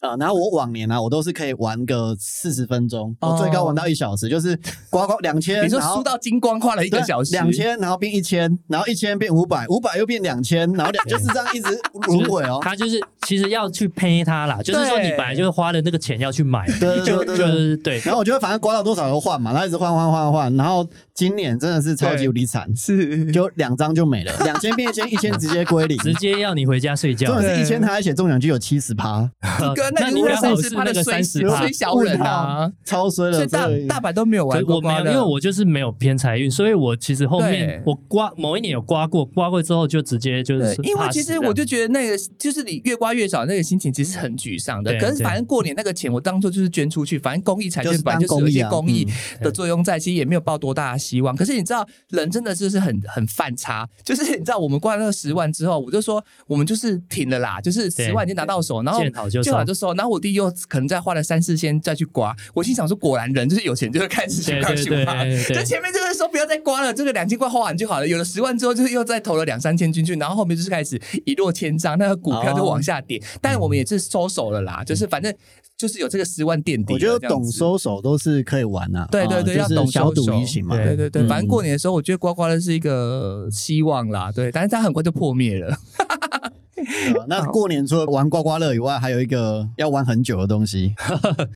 啊、然后我往年啊，我都是可以玩个四十分钟，哦我最高玩到一小时，就是刮刮两千，你说然后输到金光花了一个小时，两千，然后变一千，然后一千变五百，五百又变两千，然后两就是这样一直 就是轮回哦。他就是其实要去呸他啦，就是说你本来就是花了那个钱要去买，对对就对对就是对，然后我就会反正刮到多少就换嘛，然后一直换换换换，然后今年真的是超级对无敌惨，是就两张就没了，两千变一千，一千直接归零，直接要你回家睡觉重。点是对一千台，而且中奖就有七十趴，呃哥， 那你你刚好三十是趴那的个衰三十衰小人啊，超所衰了。以大所以大阪都没有玩可过我没刮有，的，因为我就是没有偏财运，所以我其实后对面我刮某一年有刮过，刮过之后就直接就是啊对，因为 pass 其实这样我就觉得那个就是你越刮越少，那个心情其实很沮丧的。对可是嗯对反正过年那个钱，我当做就是捐出去，反正公益财就券是本当来就是有一些公公益益啊的作用在，其实也没有抱多大的希望。可是你知道，人真的就是很很犯差，就是你知道我们刮那个十万之后，我就说我们就是停了啦，就是对十万已经拿到手，然后见好就就收好。就收。然后我弟又可能再花了三四千再去刮，我心想说，果然人就是有钱就会开始去对刮对去对刮。对对就前面就是说不要再刮了，这个两千块花完就好了。有了十万之后，就是又再投了两三千进去，然后后面就是开始一落千丈，那个股票就往下跌。但我们也是收手了啦，就是反正就是有这个十万垫底了我觉这样得子。懂收手都是可以玩啊，对对对啊要就懂是小收赌手怡情嘛。对对对对，嗯反正过年的时候，我觉得刮刮乐是一个希望啦，对，但是它很快就破灭了。对啊那过年除了玩刮刮乐以外，还有一个要玩很久的东 西，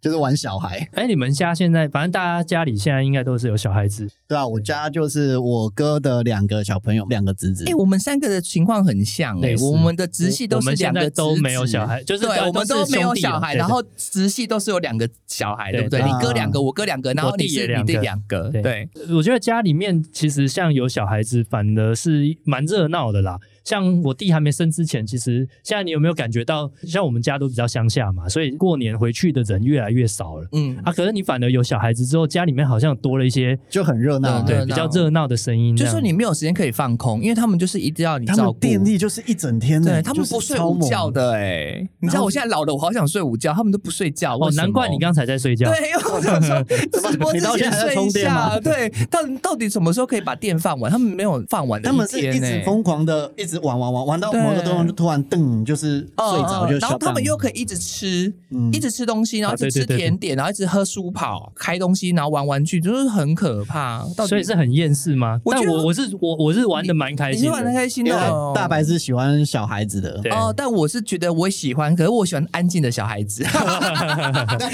就是玩小孩。哎，你们家现在反正大家家里现在应该都是有小孩子，对啊，我家就是我哥的两个小朋友，两个侄子哎、。我们三个的情况很像哎、类似我们的直系都我是们两现个在都侄没有子小孩，就是对，我们都是没有兄弟了啊小孩，对然对后直系都是有两个小孩，对对不对？对你哥两个，我哥两个，然后我你弟是也两你弟个两个，对对我觉得家里面其实像有小孩子，反而是蛮热闹的啦。像我弟还没生之前，其实现在你有没有感觉到，像我们家都比较乡下嘛，所以过年回去的人越来越少了。嗯。啊，可是你反而有小孩子之后，家里面好像多了一些就很热闹啊，对热对闹比较热闹的声音这就样，哦是你没有时间可以放空，因为他们就是一定要你他照们顾。电力就是一整天呢，对他们就是不睡超午猛觉，的哎、你知道我现在老了，我好想睡午觉，他们都不睡觉。哦为，什么难怪你刚才在睡觉。对，因为我想说直播之你到前现在还睡在一充电吗下，对，到到底什么时候可以把电放完？他们没有放完的他们是天一直欸疯狂的，一直玩玩玩，玩到对某个地方就突然噔，就是哦睡着哦就然后 shut 他们 down 又可以一直吃，嗯一直吃东西，然后啊一直对吃对对对甜点，然后一直喝舒跑，开东西，然后玩玩具，就是很可怕。到底所以是很厌世吗？我觉但得我我是我我是玩的蛮开你心是玩的的，开心因的为哦，大白是喜欢小孩子的，对哦，但我是觉得我喜欢，可是我喜欢安静的小孩子。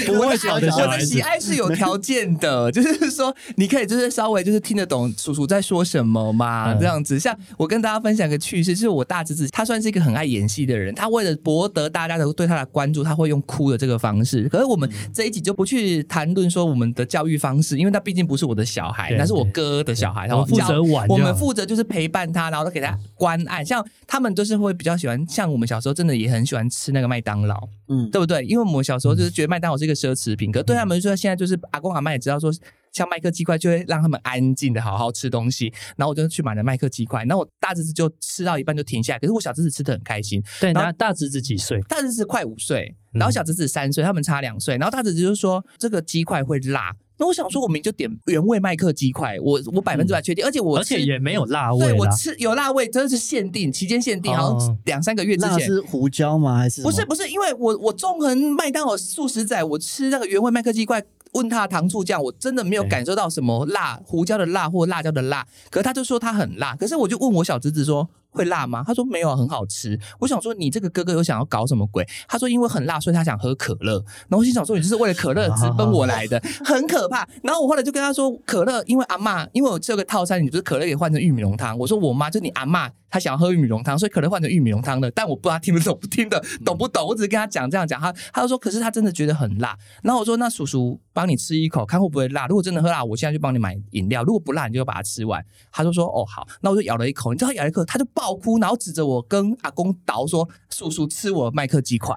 不会我啊小的小我孩的子喜爱是有条件的，就是说你可以就是稍微就是听得懂叔叔在说什么嘛，嗯这样子。像我跟大家分享个趣事，就是我大侄子他算是一个很爱演戏的人，他为了博得大家的对他的关注，他会用哭的这个方式。可是我们这一集就不去谈论说我们的教育方式，因为那毕竟不是我的小孩，对那是我对哥的小孩，然我后负责玩就好，我们负责就是陪伴他，然后给他关爱。像他们就是会比较喜欢，像我们小时候真的也很喜欢吃那个麦当劳，嗯，对不对？因为我们小时候就是嗯觉得麦当劳是一个奢侈品，可对他们说，现在就是阿公阿妈也知道说，像麦克鸡块就会让他们安静的好好吃东西。然后我就去买了麦克鸡块，然后我大侄子就吃到一半就停下来，可是我小侄子吃的很开心，对，然后那大侄子几岁？大侄子快五岁，然后嗯小侄子三岁，他们差两岁。然后大侄子就说这个鸡块会辣。那我想说，我们就点原味麦克鸡块，我我百分之百确定，而且我嗯而且吃也没有辣味对我啦。吃有辣味，真的是限定期间限定，哦好像两三个月之那前。是胡椒吗？还是什不么是不是，因为我我纵横麦当劳素食仔，我吃那个原味麦克鸡块，问他糖醋酱，我真的没有对感受到什么辣，胡椒的辣或辣椒的辣。可是他就说他很辣，可是我就问我小侄子说会辣吗？他说没有啊，很好吃。我想说你这个哥哥有想要搞什么鬼？他说因为很辣，所以他想喝可乐。然后我心想说你就是为了可乐直奔我来的， 很可怕。然后我后来就跟他说，可乐因为阿嬷，因为我这个套餐你就是可乐也换成玉米浓汤。我说我妈就你阿嬷，她想要喝玉米浓汤，所以可乐换成玉米浓汤的。但我不知道她听不懂不听的，懂不懂？我只是跟她讲这样 讲，她她就说可是她真的觉得很辣。然后我说那叔叔帮你吃一口，看会不会辣。如果真的喝辣，我现在就帮你买饮料。如果不辣，你就把它吃完。他就说哦好，那我就咬了一口，你知道他咬了一口，他就爆哭，然后指着我跟阿公倒说：“叔叔吃我麦克鸡块。”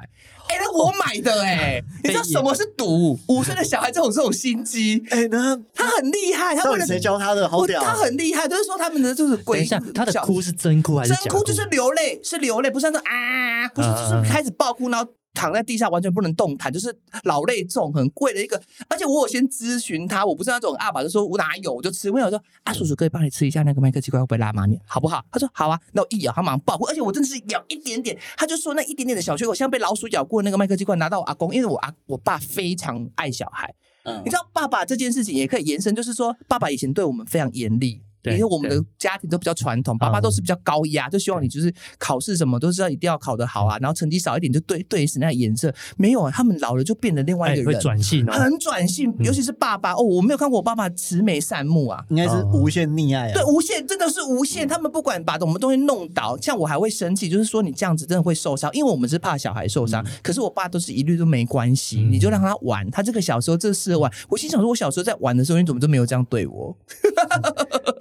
哎、那我买的哎、你知道什么是赌？五岁的小孩这种这种心机，哎，那他很厉害，他到为底了谁教他的？好我屌！啊他很厉害，就是说他们的就是等鬼一下，他的哭是真哭还嗯是真假哭就是流泪，是流泪，不是那种啊，不是，就是开始爆哭，然后躺在地下完全不能动弹，就是老泪纵横，跪了一个。而且我有先咨询他，我不是那种阿爸就说我哪有我就吃，我有说啊叔叔可以帮你吃一下那个麦克鸡块会不会辣吗？你好不好？他说好啊，那我一咬他马上爆哭，而且我真的是咬一点点，他就说那一点点的小缺口像被老鼠咬过那个麦克鸡块拿到我阿公，因为我阿我爸非常爱小孩。嗯你知道爸爸这件事情也可以延伸，就是说爸爸以前对我们非常严厉。对因为我们的家庭都比较传统，爸爸嗯都是比较高压，就希望你就是考试什么都是要一定要考得好啊，然后成绩少一点就对对死那个颜色。没有啊，他们老了就变得另外哎一个会人，转性哦， 很转性。尤其是爸爸哦，我没有看过我爸爸慈眉善目啊，应该是无限溺爱啊。对，无限真的是无限。他们不管把我们东西弄倒，像我还会生气，就是说你这样子真的会受伤，因为我们是怕小孩受伤。可是我爸都是一律都没关系，嗯你就让他玩，他这个小时候这适合玩。我心想说，我小时候在玩的时候，你怎么就没有这样对我？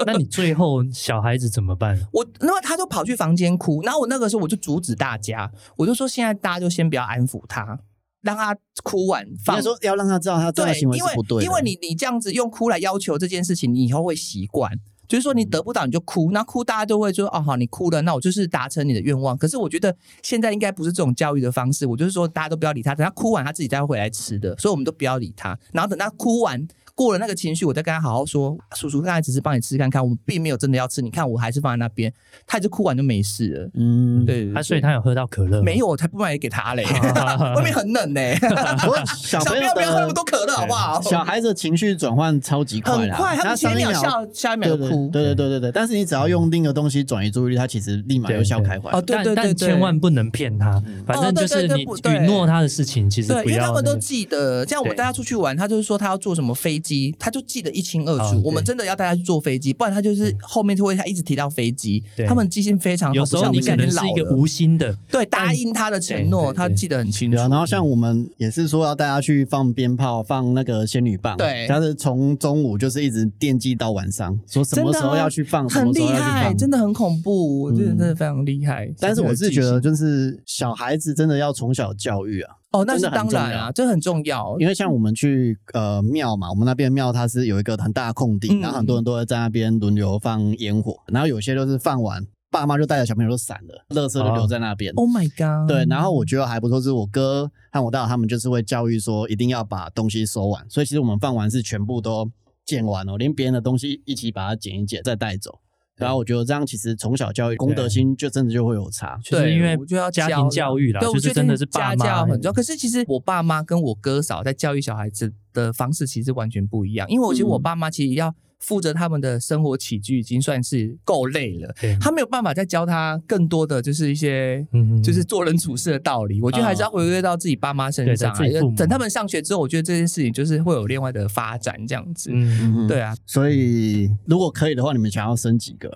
那你最后小孩子怎么办？我那么他就跑去房间哭，然后我那个时候我就阻止大家，我就说现在大家就先不要安抚他，让他哭完应放该说要让他知道他这样对的，行为因是为不对的因为你你这样子用哭来要求这件事情，你以后会习惯。就是说，你嗯得不到你就哭，那哭大家就会说哦，好，你哭了，那我就是达成你的愿望。可是我觉得现在应该不是这种教育的方式，我就是说大家都不要理他，等他哭完他自己再回来吃的，所以我们都不要理他。然后等他哭完过了那个情绪，我再跟他好好说，叔叔刚才只是帮你吃看看，我们并没有真的要吃，你看我还是放在那边，他就哭完就没事了。嗯，对对他、啊所以他有喝到可乐吗 没有，我才不买给他 嘞，外面很冷嘞，不过 小小朋朋友友不要喝那么的多可乐好不好？小孩子的情绪转换超级快很啦，快，他他们前上一一秒秒笑，下一秒对就对哭。对对对对对，但是你只要用另一个东西转移注意力，他其实立马又笑开怀。哦，对对对但但对千万不能骗他，反正就是哦对对对你不对允诺他的事情，其实对，不因为要他们那都个记得，像我们对带他出去玩，他就是说他要坐什么飞机，他就记得一清二楚。哦我们对真的要带他去坐飞机，不然他嗯就是后面就会他一直提到飞机对。他们记性非常好，有不时候像你我们可现在能已经是一老个了。无心的，对，但答应他的承对诺，对他对记得很清楚嗯对啊，。然后像我们也是说要带他去放鞭炮，放那个仙女棒，对他是从中午就是一直惦记到晚上，说什么时候要去放，什很么时厉候要去害，放。真的啊很恐怖，我觉得嗯真的非常厉害。但是我是小觉朋友的记性，得，就是小孩子真的要从小教育啊，哦，那真是的很当重然啊，要这很重要，因为像我们去呃庙嘛，我们那边庙它是有一个很大的空地，嗯然后很多人都会在那边轮流放烟火，然后有些就是放完，爸妈就带着小朋友就散了，垃圾就留在那边。 Oh my god！对，然后嗯我觉得还不错，是我哥和我大佬他们就是会教育说一定要把东西收完，所以其实我们放完是全部都捡完哦，连别人的东西一起把它捡一捡再带走。然后我觉得这样其实从小教育公德心就真的就会有差。就是对因为我就要家教庭教育啦，对，我就觉得是真的是爸家妈教很重要。可是其实我爸妈跟我哥嫂在教育小孩子的方式其实完全不一样，因为我觉得嗯我爸妈其实要负责他们的生活起居已经算是够累了，对他没有办法再教他更多的就是一些。嗯啊就是做人处事的道理，我觉得还是要回归到自己爸妈身上啊。对在自己父母等他们上学之后，我觉得这件事情就是会有另外的发展，这样子。嗯，嗯，对。啊，所以如果可以的话，你们想要生几个？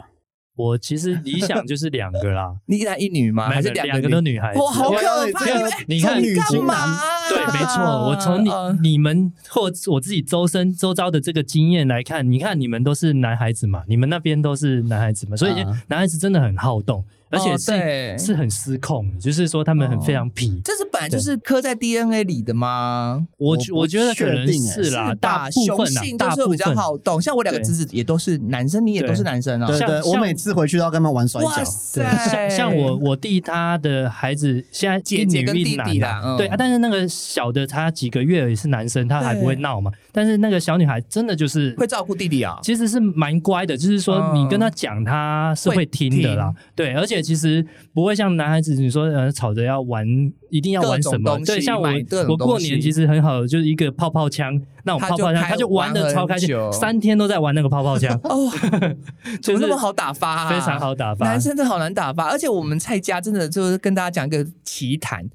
我其实理想就是两个 ，啦你一男一女吗？啊没有还是两两个个都女？女孩子。哇，好可怕！这个你看女干精嘛男啊？对，没错，我从你、嗯你们或我自己周身周遭的这个经验来看，你看你们都是男孩子嘛，你们那边都是男孩子嘛，所以啊男孩子真的很好动，而且哦是、对是很失控，就是说他们很哦非常痞。这是本来就是刻在 DNA 里的吗？我我觉不我觉得可能确定欸是啦，是大吧？部雄分啊性，就大是部比较分好动，像我两个对侄子也都是男生，你也都是男生啊。对像对，我像每次回去都要跟他们玩摔跤哇。对，塞，像像我我弟他的孩子现在姐一姐女跟一弟男弟啊啦嗯对啊，但是那个小的他几个月也是男生，他还不会对闹嘛，但是那个小女孩真的就是会照顾弟弟啊。其实是蛮乖的，就是说你嗯跟他讲，他是会听的啦。对，而且其实不会像男孩子你说呃吵着要玩，一定要玩什各种么东？西对，像我买各种我过东西年其实很好，就是一个泡泡枪，那种他泡就泡枪开他就玩的玩超很开心久，，三天都在玩那个泡泡枪 哦，怎就么那是么好打发、啊？非常好打发男。生真的好难打发，而且我们蔡家真的就是跟大家讲一个奇谈，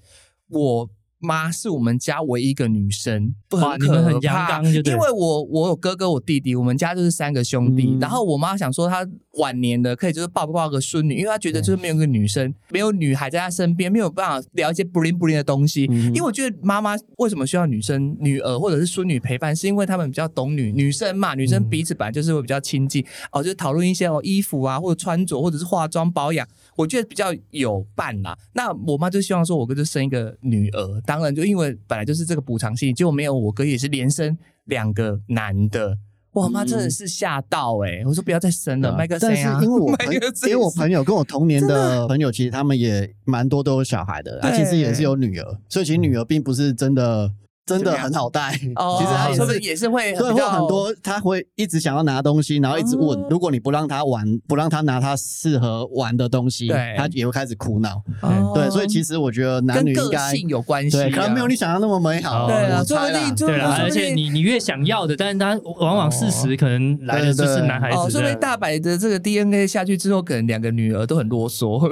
我妈是我们家唯一一个女生，哇很你们很可阳怕刚就对因为我我有哥哥我弟弟，我们家就是三个兄弟，嗯然后我妈想说她晚年的可以就是抱不抱个孙女，因为她觉得就是没有一个女生，没有女孩在她身边，没有办法聊一些 bling bling 的东西，嗯因为我觉得妈妈为什么需要女生、女儿或者是孙女陪伴，是因为她们比较懂女女生嘛，女嗯生彼此本来就是会比较亲近、哦，就是讨论一些哦衣服啊，或者穿着，或者是化妆保养，我觉得比较有伴啦。那我妈就希望说我哥就生一个女儿，当然就因为本来就是这个补偿性，结果没有我哥也是连生两个男的。哇，我妈真的是吓到哎、我说不要再生了，嗯啊麦克谁但是啊？ 因为我朋麦克因为我谁朋友跟我同年的朋友，其实他们也蛮多都有小孩的，他啊对其实也是有女儿，所以其实女儿并不是真的真怎的么样很好带，其实哦，她也说不定是。也是会对，比会较有很多他会一直想要拿东西，然后一直问哦。如果你不让他玩，不让他拿他适合玩的东西对，他也会开始苦恼。哦对，所以其实我觉得男跟女应个该性有关系啊、对，可能没有你想象那么美哦好。对啊，我说猜不啦定就对啦，说而不且定你你越想要的，但是他往往事实可能来的就是男孩哦，子说不定的。大白的这个 DNA 下去之后，可能两个女儿都很啰 嗦。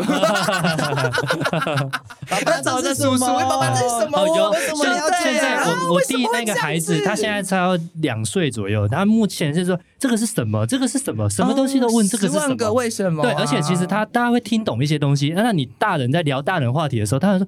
爸爸早就叔叔，这是什么爸爸这是什么？哦，有为什么现要这现在样啊？我我弟那个孩子，他现在才要两岁左右，他目前是说这个是什么，这个是什么，什么东西都问这个十是什万么个。为什么啊？对，而且其实他大家会听懂一些东西。那你大人在聊大人话题的时候，他会说。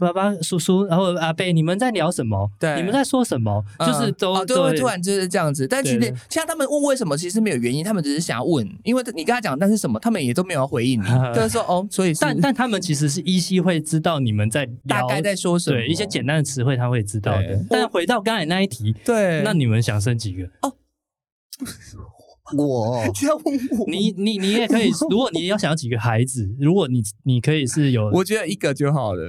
爸爸、叔叔，然后阿贝，你们在聊什么？对你们在说什么？嗯。就是都、哦、对，都会突然就是这样子，但其对实对像他们问为什么，其实没有原因，他们只是想要问，因为你跟他讲那是什么，他们也都没有回应你，就是说哦，所以是但但他们其实是依稀会知道你们在大聊概在说什么，对一些简单的词汇，他会知道的对。但回到刚才那一题，对，那你们想生几个？我居然问我，你你你也可以，如果你要想要几个孩子，如果你你可以是有，我觉得一个就好了。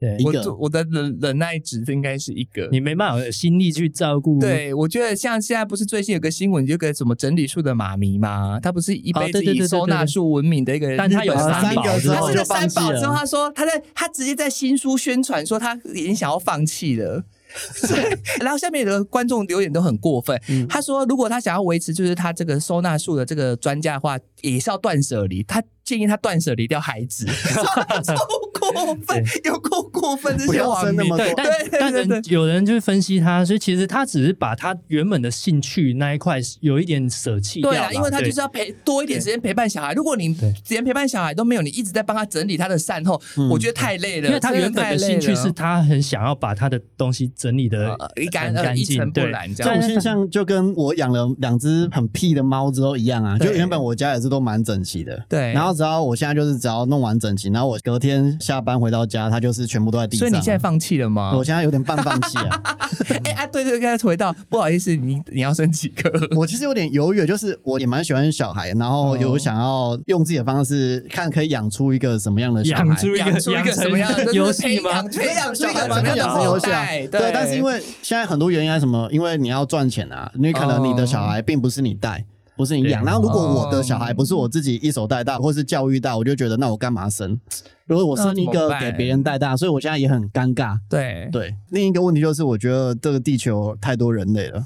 对一我个做我的忍忍耐值应该是一个。你没办法有心力去照顾。对，我觉得像现在不是最近有个新闻，有个什么整理术的妈咪嘛，她不是一哦辈子对对以对收纳对对术闻名的一个日本但她有妈三咪宝个之之她后后是就个放三弃宝之后，了。她说她在她直接在新书宣传说她已经想要放弃了。 对，然后下面的观众留言都很过分，嗯他说如果他想要维持就是他这个收纳术的这个专家的话，也是要断舍离。他建议他断舍离掉孩子， 超过分，有够过分，这不些要网生那民么多对，但对对但对人有人就分析他，所以其实他只是把他原本的兴趣那一块有一点舍弃掉对啊啦啦，因为他就是对要陪多一点时间陪伴小孩。如果你对时间陪伴小孩都没有，你一直在帮他整理他的善后，嗯我觉得太累了。因为他真原本太的累兴趣了是他很想要把他的东西整理的呃一干很呃干一净尘，不对，染这这种样。现象就跟我养了两只很屁的猫之后一样啊，对就原本我家也是都蛮整齐的，对然后只要我现在就是只要弄完整齐，然后我隔天下班回到家，它就是全部都在地所上以啊。你现在放弃了吗？ 我现在有点半放弃啊，哎啊，对对，刚才回到，不好意思，你你要生几个？我其实有点犹豫，就是我也蛮喜欢小孩，然哦后有想要用自己的方式看可以养出一个什么样的小孩养。出一个养出一个什么样的游戏吗吗？？培养出一个什怎么么样的养成后游戏啊代？对，但是因为现在很多原因啊，什么，因为你要赚钱啊，因为可能你的小孩并不是你带，不是你养。对然后如果哦我的小孩不是我自己一手带大，或是教育大，我就觉得那我干 嘛生？如果我生一那怎么个办给别人带大，所以我现在也很尴尬。对对，另一个问题就是，我觉得这个地球太多人类了，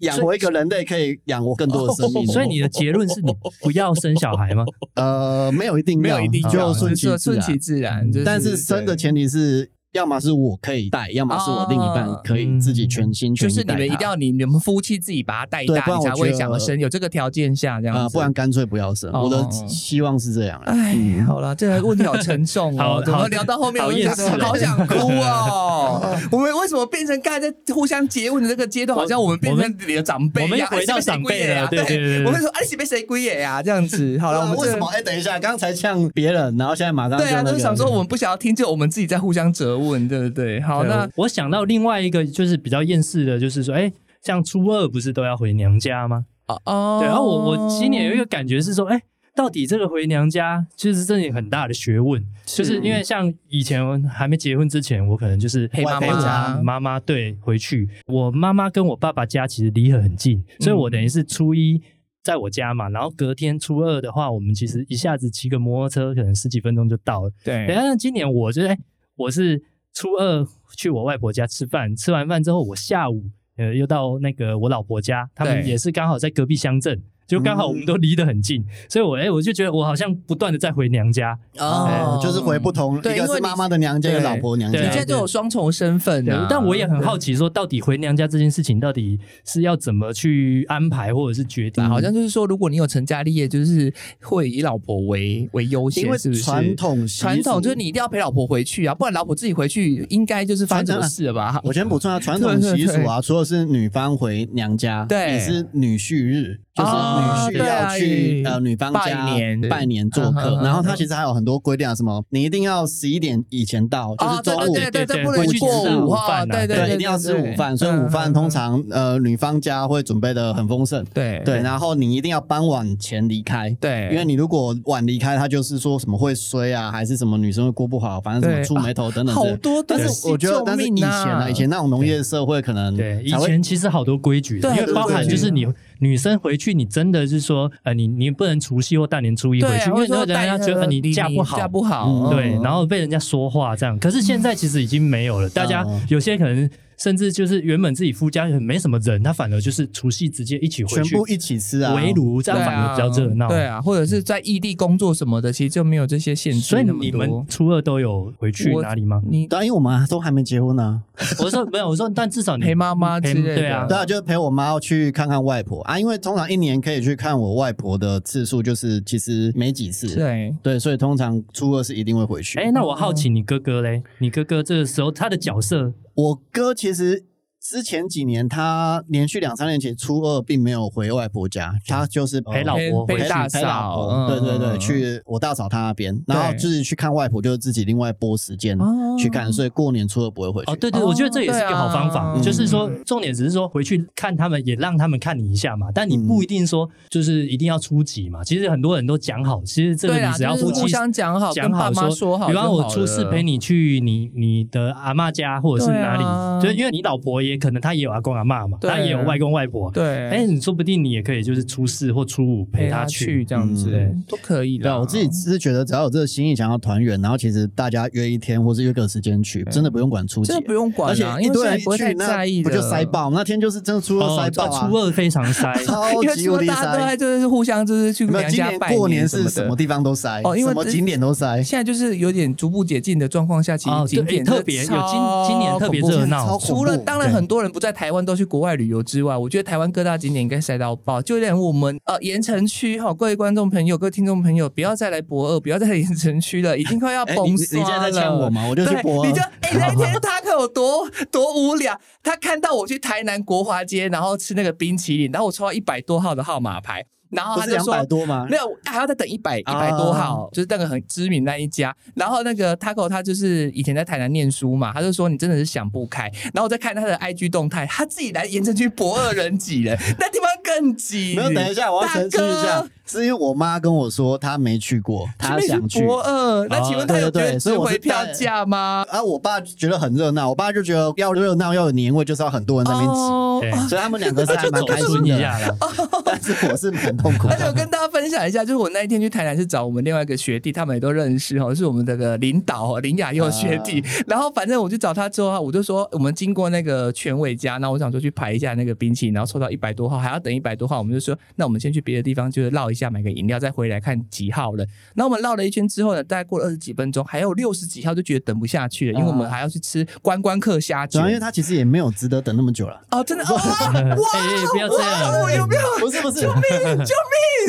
养活一个人类可以养活更多的生命。哦所以你的结论是你不要生小孩吗？呃，没有一定没有要一定要就顺其就是自顺然其。自然，嗯就是但是生的前提是，要么是我可以带，要么是我另一半哦可以自己全心就全意是带你他。啊们一定要你你们夫妻自己把他带对大，不然你我才会觉想要得生，有这个条件下这啊、样子，不然干脆不要生。哦我的希望是这样啊。哎，好了，这个问题好沉重嗯好哦，怎么好聊到后面好我就厌想世哦好想哭哦？我们为什么变成刚才在互相诘问的这个阶段，好像我们变成你的长辈一样， 我们回哎是不到是谁长辈鬼呀了对对对对我们说哎，是被谁归野呀？这样子，好了，我们 为这什么？哎、等一下，刚才呛别人，然后现在马上对啊，就那是个想说我们不想要听，就我们自己在互相责问，对不对？好，对那我我想到另外一个就是比较厌世的，就是说，哎、像初二不是都要回娘家吗？哦哦对，然后我我今年有一个感觉是说，哎、到底这个回娘家，就是这里很大的学问，就是因为像以前还没结婚之前，我可能就是陪妈陪妈家妈妈嗯对回去，我妈妈跟我爸爸家其实离很近，所以我等于是初一在我家嘛，然后隔天初二的话，我们其实一下子骑个摩托车，可能十几分钟就到了。对但是今年我觉得、哎我是初二去我外婆家吃饭，吃完饭之后，我下午呃又到那个我老婆家，他们对嗯也是刚好在隔壁乡镇。就刚好我们都离得很近，所以我哎、我就觉得我好像不断的在回娘家，啊哦，就是回不同，一对因为个是你妈妈的娘家，一个对老婆娘家你对现。在都有双重身份对啊，但我也很好奇，说到底回娘家这件事情，到底是要怎么去安排或者是决定？啊吧好像就是说，如果你有成家立业，就是会以老婆为为优因先，为是不是？传统习俗传统就是你一定要陪老婆回去啊，不然老婆自己回去应该就是发生啊什么事了吧？我先补充一下，传统习俗啊，除了是女方回娘家，对也是女婿日，就是啊女婿要去对啊呃女方家拜年拜年做嗯客嗯。嗯然后他其实还有很多规定啊，什么你一定要十一点以前到，就啊，是中对午对对对对，对不能回去过吃饭午午哈，饭啊对对，嗯一定要吃午饭，所以午饭通常呃女方家会准备的很丰盛，对对，然后你一定要傍晚前离开。对，因为你如果晚离开，他就是说什么会衰啊，还是什么女生会过不好，反正什对啊么触眉头等等之类好的。多东但西，是我觉得，但是以前啊，啊，以前那种农业社会可能对，以才会前其实好多规矩的，对因为包含就是你女生回去，你真的是说，呃，你你不能除夕或大年初一回对啊，去，因或为者说人家觉得带你嫁不好，嫁不好，嗯对，嗯然后被人家说话这样。可是现在其实已经没有了，大家嗯有些可能甚至就是原本自己夫家没什么人，他反而就是除夕直接一起回全去部一起吃啊，围炉，这样反而比较热闹。对啊对啊，或者是在异地工作什么的，其实就没有这些限制所以那么你多们初二都有回去我哪里吗？你对啊，因为我们都还没结婚啊呢、我说没有，我说但至少你陪妈妈陪之类的对啊啊，对，啊，就是陪我妈去看看外婆啊，因为通常一年可以去看我外婆的次数就是其实没几次，对对，所以通常初二是一定会回去。啊哎，那我好奇你哥哥嘞？你哥哥这个时候他的角色我哥其实之前几年他连续两三年前初二并没有回外婆家，他就是哦陪老婆。婆陪回陪去大陪老嫂，婆，嗯对对对，嗯去我大嫂她那边，然后对自己去看外婆，就是自己另外拨时间哦去看，所以过年初二不会回去。哦，对对，哦我觉得这也是一个好方法，对啊就是说嗯，重点只是说回去看他们，也让他们看你一下嘛。但你嗯不一定说就是一定要初几嘛。其实很多人都讲好，其实这个对你啦只要就是夫妻互相讲好讲好跟爸妈说好比方就我好初四了陪你去你你的阿嬷家或者是哪对啊里，就是因为你老婆也可能她也有阿公阿嬷嘛，对她也有外公外婆。对，哎，你说不定你也可以就是初四或初五陪陪她他去去。这样子嗯都可以对的。啊，我自己是觉得只要有这个心意，想要团圆，然后其实大家约一天或是约个时间去，真的不用管初几真的，不用管而且啦，一因为堆现在人不会去太那在意不的，就塞。爆？那天就是真的初二哦塞爆啊，初二非常塞，超因为级除无了敌大家都塞在。就是互相就是去有没有娘今家年拜过年是什什么么的。地方都塞？哦因为什么这景点都塞，现在就是有点逐步解禁的状况下，其哦实对景点特别有今超今年特别恐怖热闹超恐除怖了当然对很多人不在台湾都去国外旅游之外，我觉得台湾各大景点应该塞到爆。就连我们呃盐城区哈，各位观众朋友、各位听众朋友，不要再来博二，不要再来盐城区了，已经 快要哎，你崩你现刷在在了。呛我吗？我就去对，播啊你就 哎、那天他可有多多无聊，他看到我去台南国华街，然后吃那个冰淇淋，然后我抽到一百多号的号码牌，然后不他是就两说百多吗啊没？有，还要再等一百一百多号，就是那个很知名那一家。然后那个 Taco 他就是以前在台南念书嘛，他就说你真的是想不开。然后我再看他的 IG 动态，他自己来盐城区博二人 挤了，那地方更挤。没有，等一下，我要大澄清一下哥，，是因为我妈跟我说她没去过，她去想去。哦博二，那请问他有对对觉对得所以值我是回票带价吗？啊，我爸觉得很热闹，我爸就觉得要热闹要有年味，就是要很多人在那边挤。哦对所以他们两个是还蛮走开春心一的下啦。但是我是很痛 苦而且我的。跟大家分享一下，就是我那一天去台南是找我们另外一个学弟，他们也都认识哦，是我们这个领导哦，林雅佑学弟。啊然后反正我去找他之后啊，我就说我们经过那个全伟家，那我想说去排一下那个冰淇淋，然后抽到一百多号，还要等一百多号，我们就说那我们先去别的地方，就是绕一下买个饮料，再回来看几号了。那我们绕了一圈之后呢，大概过了二十几分钟，还有六十几号就觉得等不下去啊了，因为我们还要去吃观光客虾主卷要因。为他其实也没有值得等那么久了。哦，真的哦，哇， 哎哎不要这哇有样没有？不是不是，救 命救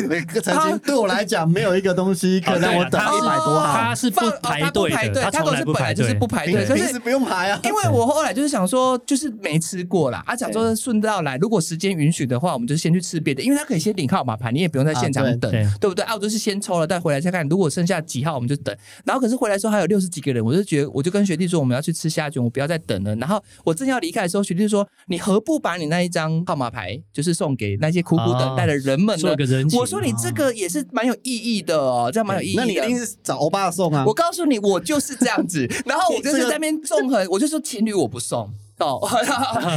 命！曾经对我来讲，没有一个东西可以让我等哦对一百多号他，是不放哦排他不队的排队，他从狗来是不本排来就是队不排平队，可平是时。不用排啊。因为我后来就是想说，就是没吃过啦，啊，想说顺道来，如果时间允许的话，我们就先去吃别的，因为他可以先领号码牌，你也不用在现场啊对等，对对不对？啊，我就是先抽了，再回来再看，如果剩下几号我们就等。然后可是回来之后还有六十几个人，我就觉得，我就跟学弟说我们要去吃虾卷，我不要再等了。然后我正要离开的时候，学弟就说：“你何不把你那一张号码牌，就是送给那些苦苦等待的人们呢做个？”人情。我说：“你这个也是蛮有意义的哦，这样蛮有意义的。”那你一定是找欧巴送啊 我。告诉你，我就是这样子。然后我就是在那边纵横，我就说情侣我不送， 到，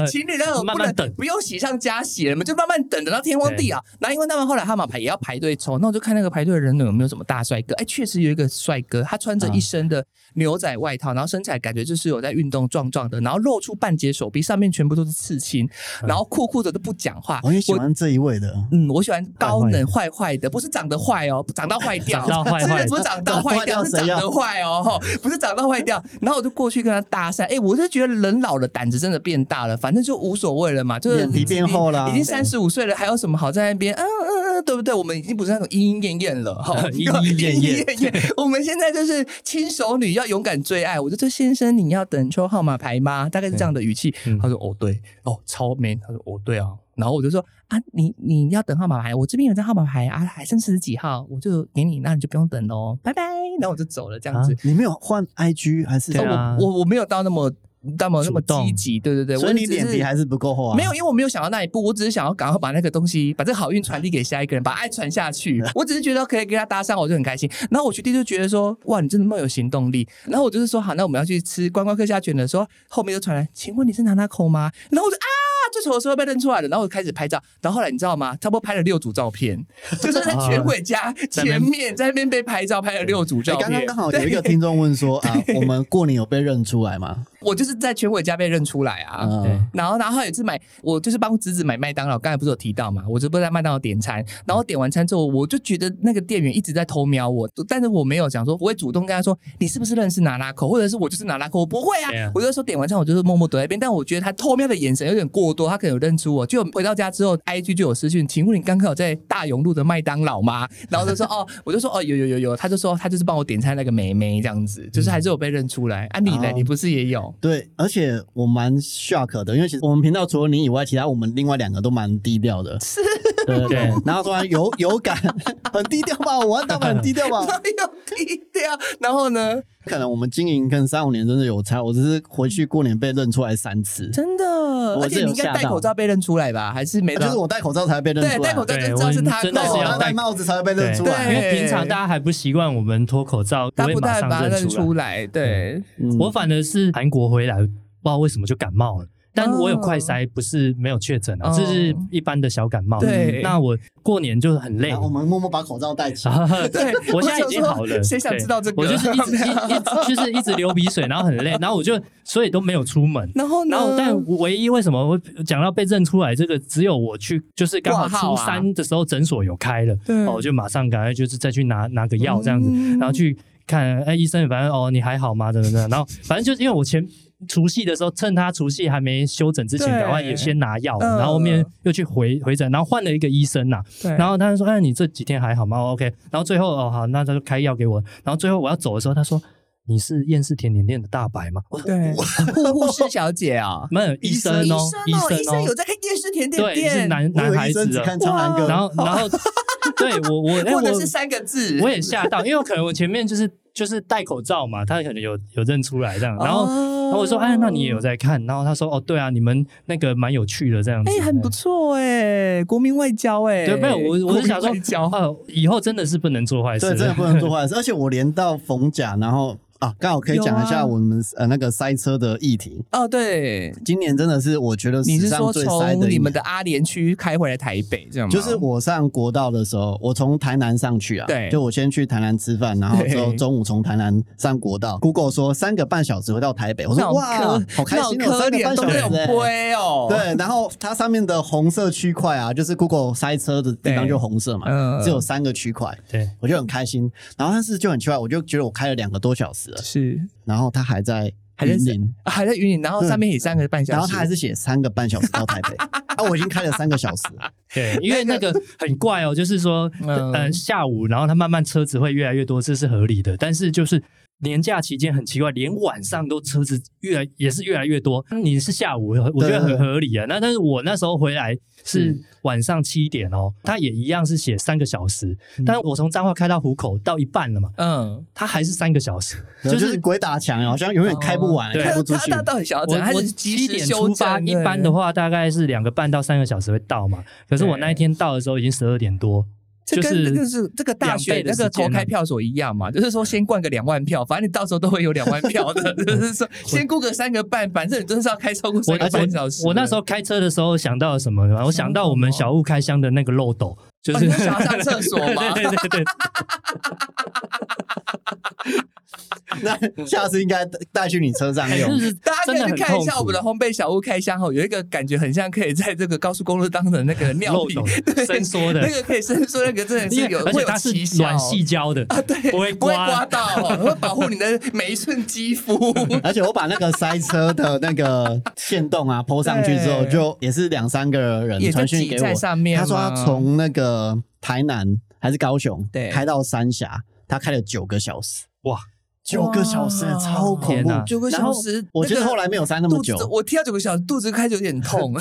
情侣那种慢不慢能等不用喜上加喜了嘛，就慢慢等，等到天荒地老。那因为他们后来他们也要排队抽，那我就看那个排队的人有没有什么大帅哥。哎，确实有一个帅哥，他穿着一身的牛仔外套，然后身材感觉就是有在运动壮壮的，然后露出半截手臂，上面全部都是刺青，嗯然后酷酷的都不讲话。哦我也喜我欢这一位的，嗯，我喜欢高冷坏坏的，不是长得坏哦，长到坏掉，长到坏坏，是不是长到坏掉，是长得坏哦，吼不是长到坏掉。然后我就过去跟他搭讪，哎，我就觉得人老了，胆子真的变大了，反正就无所谓了嘛，就是脸皮变厚啦已经三十五岁了，还有什么好在那边？嗯嗯嗯，对不对？我们已经不是那种莺莺燕燕了，哈莺莺燕燕 莺燕燕。我们现在就是亲手女要勇敢追爱。我就说先生，你要等抽号码牌吗？大概是这样的语气。嗯他说哦对，哦超 man。他说哦对啊。然后我就说啊，你你要等号码牌，我这边有张号码牌啊，还剩四十几号，我就给你，那你就不用等喽，拜拜。然后我就走了，这样子。哦你没有换 IG 还是对啊我我我没有到那么那么那么主动积极，对对对，所我以你只是脸皮还是不够厚啊？没有，因为我没有想到那一步，我只是想要赶快把那个东西，把这个好运传递给下一个人，把爱传下 去。我只是觉得可以跟他搭讪，我就很开心。然后我学弟就觉得说，哇，你真的蛮有行动力。然后我就是说，好，那我们要去吃观光客虾卷的时候，后面就传来，请问你是娜娜口吗？然后我就啊。这时候我说被认出来了，然后我开始拍照，然后后来你知道吗？差不多拍了六组照片，就是在全伟 家前面在那边被拍照，拍了六组哎。照片。刚刚刚好有一个听众问说啊，我们过年有被认出来吗？我就是在全伟家被认出来 啊。对嗯，然后，然后有一次买，我就是帮侄子买麦当劳，刚才不是有提到嘛，我就不是在麦当劳点餐，然后点完餐之后，我就觉得那个店员一直在偷瞄我，但是我没有讲说，我会主动跟他说你是不是认识哪拉口，或者是我就是哪拉口，我不会对啊啊，我就说点完餐我就是默默躲在一边，但我觉得他偷瞄的眼神有点过多，他可能有认出我，就回到家之后，IG 就有私讯，请问你刚刚有在大勇路的麦当劳吗？然后就说哦，我就说哦有有有有，他就说他就是帮我点餐那个妹妹这样子，就是还是有被认出来，啊你呢哦？你不是也有？对，而且我蛮 shock 的，因为其实我们频道除了你以外，其他我们另外两个都蛮低调的。是，对 对对对。然后突然有 有感，很低调吧？我要他们很低调 吧？哪有低调？然后呢？可能我们经营跟三五年真的有差，我只是回去过年被认出来三次，真的，我而且是有你应该吓戴到口罩被认出来吧？还是没啊就是到？我戴口罩才会被认出来，对，戴口罩就知道对是他啊哦我真的戴是口要罩口。戴帽子才会被认出对来。因为平常对大家还不习惯我们脱口罩，他不会不马戴，把上它认出出来。来。对，嗯我反而是韩国回来，不知道为什么就感冒了。但我有快筛，不是没有确诊啊，哦这是一般的小感冒。对那我过年就很累然，后我们默默把口罩戴起来。然后对我现在已经好我想说了。谁想对知道这个我就是一直一一直就是一直流鼻水，然后很累，然后我就所以都没有出门。 然后呢？然后，但唯一为什么会讲到被认出来这个，只有我去，就是刚好挂号初啊三的时候诊所有开了，对哦，我就马上赶快就是再去拿拿个药这样子，嗯然后去看，哎，医生，反正哦你还好吗？怎么怎么，然后反正就是因为我前除夕的时候，趁他除夕还没休诊之前，对赶快也先拿药，嗯然后后面又去回回诊，然后换了一个医生呐、对，然后他就说：“哎，你这几天还好吗、哦、？”OK，然后最后哦好，那他就开药给我。然后最后我要走的时候，他说：“你是厌世甜点店的大白吗？”我说对，护护士小姐啊，没有医生医生哦，哦，医生哦有，在开夜市甜点对，是店，男我 男有孩一子啊阵子的。看苍兰哥，然后然 后对我我哎或者我是三个字，我也吓到，因为我可能我前面就是就是戴口罩嘛，他可能有有认出来这样，然后。哦然后我说：“哎，那你也有在看？”然后他说：“哦，对啊，你们那个蛮有趣的这样子。”哎，很不错哎，国民外交哎，对，没有我我是想国民外说，交哦，以后真的是不能做坏事对，了。真的不能做坏事。而且我连到逢甲，然后啊，刚好可以讲一有下啊我们、呃那个塞车的议题。哦，对，今年真的是我觉得你史是上说最塞的从一你们年。的阿联区开回来台北这样吗？就是我上国道的时候，我从台南上去啊，对就我先去台南吃饭，然后之后对中午从台南上国道。Google 说三个半小时回到台北，我说脑哇壳，好开心脑哦，壳三个脸半都小时没有欸。灰哦。 对，然后它上面的红色区块啊，就是 Google 塞车的地方对就红色嘛嗯，只有三个区块，对，我就很开心。然后但是就很奇怪，我就觉得我开了两个多小时了，是然后他还在还在云林，啊还在云林，然后上面也三个半小时，嗯然后他还是写三个半小时到台 北，啊，我已经开了三个小时了，对，因为那个很怪哦，就是说，嗯呃，下午然后它慢慢车子会越来越多，这是合理的。但是就是年假期间很奇怪，连晚上都车子越来也是越来越多。你是下午，我觉得很合理啊。那但是我那时候回来是嗯晚上七点哦，它也一样是写三个小时，但是我从彰化开到湖口到一半了嘛，嗯，它还是三个小时，就就是是。鬼打墙，好像永远开不完，对开他不出他去。他到底想要怎我样？他我哦是及七时点修出发，正，一般的话大概是两个半到三个小时会到嘛。可是我那一天到的时候已经十二点多，这就跟是这个是这个大两选倍的那个时间投啊开票所一样嘛，就是说先灌个两万票，反正你到时候都会有两万票 的，就是说先估个三个半，反正你真是要开超过三我个半小时我我那时候开车的时候想到了什么呢？我想到我们小雾开箱的那个漏斗，就哦 是、你想要上厕 所吗？对对对对，那下次应该带去你车上 对用 就。是大家真的可以很去看一痛下苦我们的烘焙小屋开箱哦，有一个感觉很像可以在这个高速公路当成那 个尿漏瓶斗，对伸缩的 那，个可以伸缩，那个真的因是为有而会且有它奇是效软细胶的，啊，对，不会 不会刮刮到哦，会保护你的每一寸肌肤。而且我把那个塞车的那个线动啊抛上去之后，对就也是两三个嗯人也就传讯挤给在我，上面嘛。他说他从那个台南还是高雄，对开到三峡，他开了九个小时，哇，九个小时哇超恐天怖哪。九个然后小时，我觉得那个后来没有塞那么肚久子，，我听到九个小时，肚子开始有点 痛，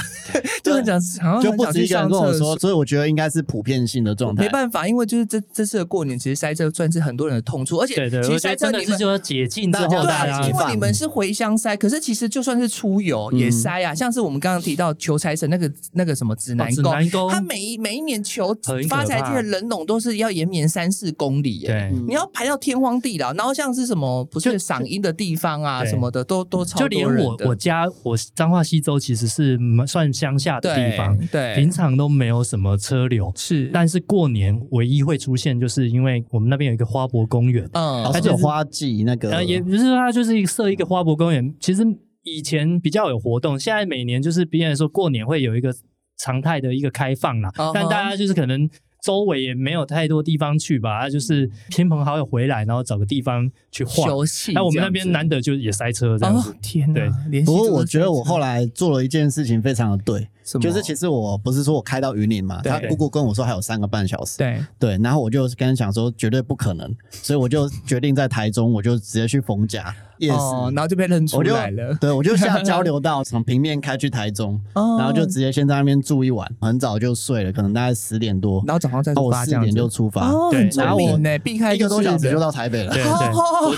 就很想，好像就很不想止去一个上人跟我厕说，所。所以我觉得应该是普遍性的状态没。办法，因为就是这这次的过年，其实塞车算是很多人的痛处，而且对对，其我实觉塞得车真的你是们。就是解禁之大家后对大啊，家因为放你们是回乡塞，可是其实就算是出游嗯也塞啊。像是我们刚刚提到求财神那个那个什么指南哦指宫，南宫他每一每一年求很可发财怕天的人龙都是要延绵三四公里耶。对。嗯你要排到天荒地老，然后像是什么不是赏樱的地方啊对什么的，都都超多就连人我的我家我彰化西周其实是蛮算乡下的对地方，对平常都没有什么车流，是，但是过年唯一会出现，就是因为我们那边有一个花博公园，嗯老师他就有是花季那个呃，，也不是说它就是设一个花博公园，其实以前比较有活动，现在每年就是别人说过年会有一个常态的一个开放啦嗯哼但大家就是可能。周围也没有太多地方去吧，啊就是亲朋好友回来，然后找个地方去晃。休息。那我们那边难的得就也塞车这样子哦，，天对哪！连不习过都我是觉得我后来来做了一件事情非常的对，就是其实实我不是说我开到云林嘛，对他姑姑跟我说还有三个半小时，对对，然后我就跟他讲说绝对不可能，所以我就决定在台中，我就直接去逢甲夜市。哦，然后就被认出我就来了。对，我 就下交流道从平面开去台中，哦然后就直接先在那边住一晚，很早就睡了，可能大概十点多，然后早上再然出后哦我发四这样点子就出发，哦，对很聪然后我明呢，避开一个多小时就到。到台北了。对对，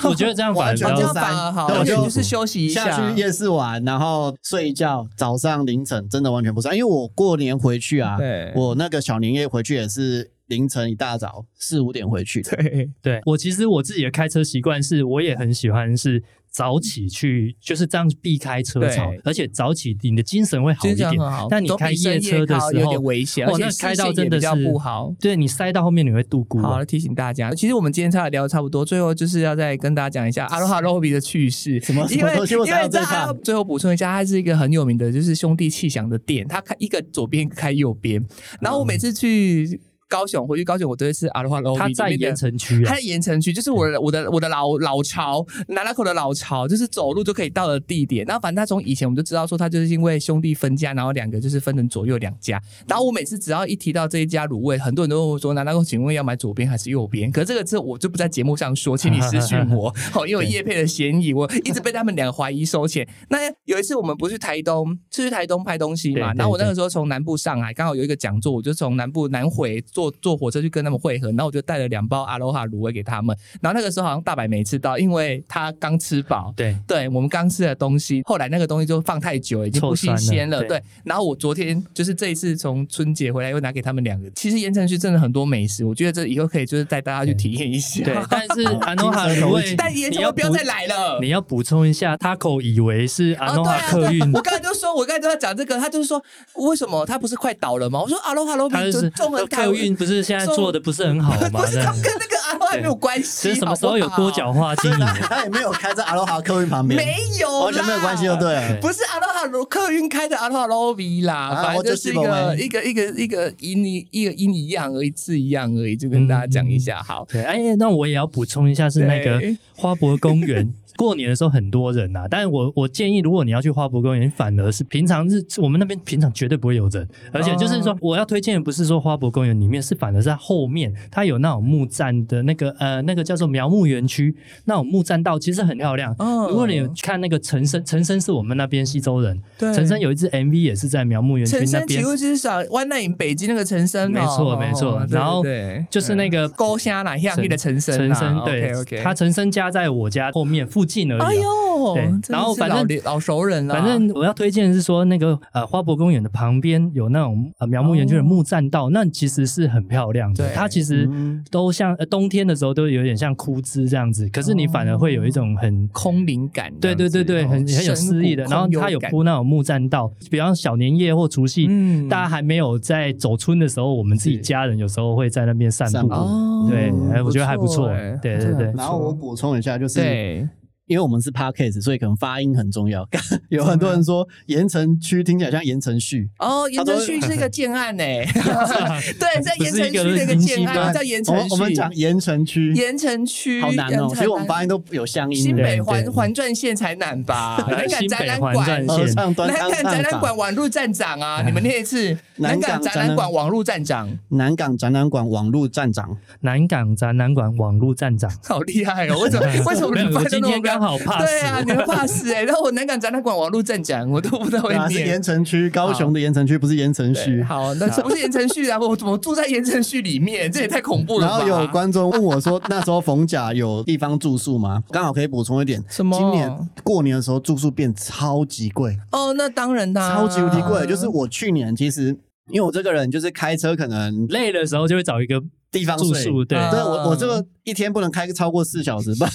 我我觉得这 样反而完比全哦这较样塞反而好，对而我且就就是休息一下 去夜市玩，然后睡一觉，早上凌晨真的完全不算，因为我过年回去啊，对我那个小年夜回去也是凌晨一大早四五点回去 的，对对我其实我自己的开车习惯是，我也很喜欢是早起去，就是这样避开车潮对，而且早起你的精神会好一精神点很。好，但你总比开深夜车的高时有候点，危险，哦而且那视开到线真也的比较是不好。对你塞到后面你会度孤、好啊了，。提醒大家，其实我们今天差点聊得差不多，最后就是要再跟大家讲一下阿罗哈罗比的趣事。什么什因么为东西我因才为要这最还要怕。最后补充一下，它是一个很有名的，就是兄弟气祥的店，它开一个左边一个开右边。然后我每次去高雄，回去高雄，我都会吃阿罗哈罗比它在里面盐的。城区它啊，在盐城区，就是我的我的我的老老巢，南拉口的老巢，就是走路就可以到的地点。然后反正他从以前我们就知道说，他就是因为兄弟分家，然后两个就是分成左右两家。然后我每次只要一提到这一家卤味，很多人都问我说：“南拉口，请问要买左边还是右边？”可是这个字我就不在节目上说，请你私讯我，好，因为有叶配的嫌疑，我一直被他们两个怀疑收钱。那有一次我们不是去台东，是去台东拍东西嘛？对对然后我那个时候从南部上来，刚好有一个讲座，我就从南部南回坐坐火车去跟他们会合，然后我就带了两包阿罗哈卤味给他们。然后那个时候好像大白没吃到，因为他刚吃饱。对，对我们刚吃的东西，后来那个东西就放太久，已经不新鲜了。臭酸了对，然后我昨天就是这一次从春节回来，又拿给他们两个。其实盐城区真的很多美食，我觉得这以后可以就是带大家去体验一下。对， 但是安诺哈卤哎味，但盐你城要我不要补再来了。哦你要补充一下，Taco 以为是安诺哈对啊客运，我刚才就说，我刚才就要讲这个，他就是说，为什么他不是快倒了吗？我说阿罗哈罗比它就就是中文台客运不是现在做的不是很好 吗？不是这他样跟子，那个阿罗还没有关系，这是什么时候有多角好化经营？啊他也没有开在阿罗哈客运旁不好？边，没有啦，完全没有关哦系，就对了。嗯不是阿罗哈罗客运开的阿罗哈罗比啦，啊反正就是一个我就一个一个一个一你一个一你一样而已，字一样而已，就跟大家讲一下。好，对，哎，那我也要补充一下，是那个对花博公 园。过年的时候很多人呐、但是我我建议，如果你要去花博公园，反而是平常日我们那边平常绝对不会有人，而哦且就是说，我要推荐的不是说花博公园里面，是反而在后面，它有那种木栈的那个呃那个叫做苗木园区，那种木栈道其实很漂亮。嗯如果你有看那个陈升，陈升是我们那边西周人，对陈升有一支 MV 也是在苗木园区陈那生，边请，问是啥？湾内影北京那个陈生哦，没错没错哦对然后对，就是那个勾虾奶下面的陈生，陈升对，OK OK，他陈升家在我家后面附近而已啊、哎呦，对真的然后是反正老里老熟人了，反正我要推荐的是说，那个呃花博公园的旁边有那种呃苗木园区的木栈道，那其实是很漂亮的对。它其嗯实嗯都像、呃、冬天的时候都有点像枯枝这样子，可是你反而会有一种很。空灵感这对样子，对对对，哦很很有诗意的。然后它有，铺那种木栈道，比方小年夜或除夕，嗯大家还没有在走村的时候，我们自己是家人有时候会在那边散散步。步哦，对哎我觉得还不错哎对对真的对还不然后我错补充一下，就是对因为我们是 podcast，所以可能发音很重要。 有很嗯多人说盐城区听起来像盐城旭，哦，盐城区是一个建案 呢，对，在盐城区的一个建案叫盐城啊我区，我们讲盐城区，盐城区，好难盐哦城，所以我们南发音都有乡音新的。北对环对环转线才难吧？南港新展北览环馆转。合线，唱端南单港展览唱馆法，网络站长啊，你们念一次。南哎南港港展展览览馆网络站长，南港展览馆网络站长，南港展览馆网络站长。好厉害哦！ 为什么为什么没有你我们今天刚好 pass 对啊，你们 pass 哎，然后我南港展览馆网络站长，我都不知道会对啊，是念盐。城区，高雄的盐城区不是盐城对旭。好，那不是盐城旭啊，我怎么住在盐城旭里面？这也太恐怖了然吧！后有观众问我说：“那时候逢甲有地方住宿吗？”刚好可以补充一点，什么今年过年的时候住宿变超级贵，哦，那当然啦，超级无敌贵。就是我去年其实因为我这个人就是开车可能累的时候就会找一个地方住睡，宿，对，嗯对我我这个一天不能开超过四小时 吧？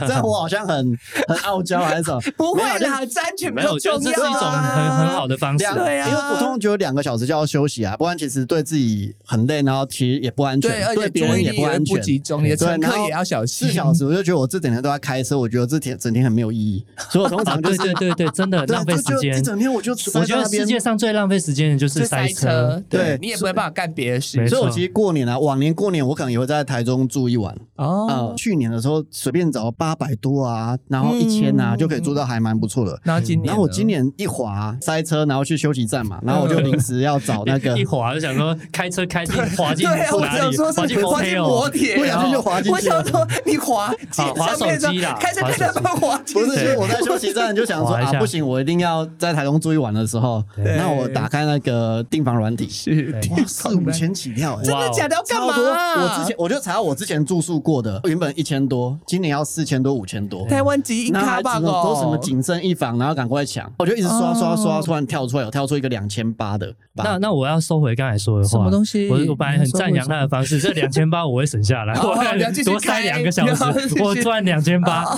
这样我好像很很傲娇还是什么？不会没有啦，这安全比没较有，就重这要是一种啊很很好的方式。两，对啊因为我通常觉得两个小时就要休息啊，不然其实对自己很累，然后其实也不安对，全，而对且别注人意也力不也安不全。集中，你的对乘然客后也要小心。四小时，我就觉得我这整天都在开车，我觉得这天整天很没有意义，所以我通啊，常就对是对对对，真的很对浪费就时就间一。整天我就我塞觉在得那世边。界上最浪费时间的就是就塞塞车车，，对对你也没办法干别的事没。所以我错其实过年啊，往年过年我可能也会在台中住一晚。呃哦，，去年的时候随便找八百多啊，然后一千啊、嗯就可以住到还蛮不错的。然后今年呢，嗯然后我今年一滑塞车，然后去休息站嘛，然后我就临时要找哦那个 一滑就想说开车开进滑进对啊，我哪想里，说滑进是滑进 hotel 摩铁，啊不小心就滑进去了我想说你滑进啊滑上面手机啦的开车滑开到手机半滑进不去是，就是我在休息站就想 说滑一啊下，不行，我一定要在台中住一晚的时候，对那我打开那个订房软体，是对哇，四五千起跳、欸，真哇的哦假的？要干超嘛？啊多！我之前我就查我之前住宿过的，原本一千多，今年要四千多、五千多。台湾籍一然后卡还吧什哦么，都什么仅剩一房，然后赶快抢，我就一直刷刷刷，突然跳出来，有跳出一个两千八的，那那我要收回刚才说的话，什么东西我我本来很赞扬他的方式，这两千八我会省下来，哦 我你要继续多开塞两个小你要继时续，我赚两千八。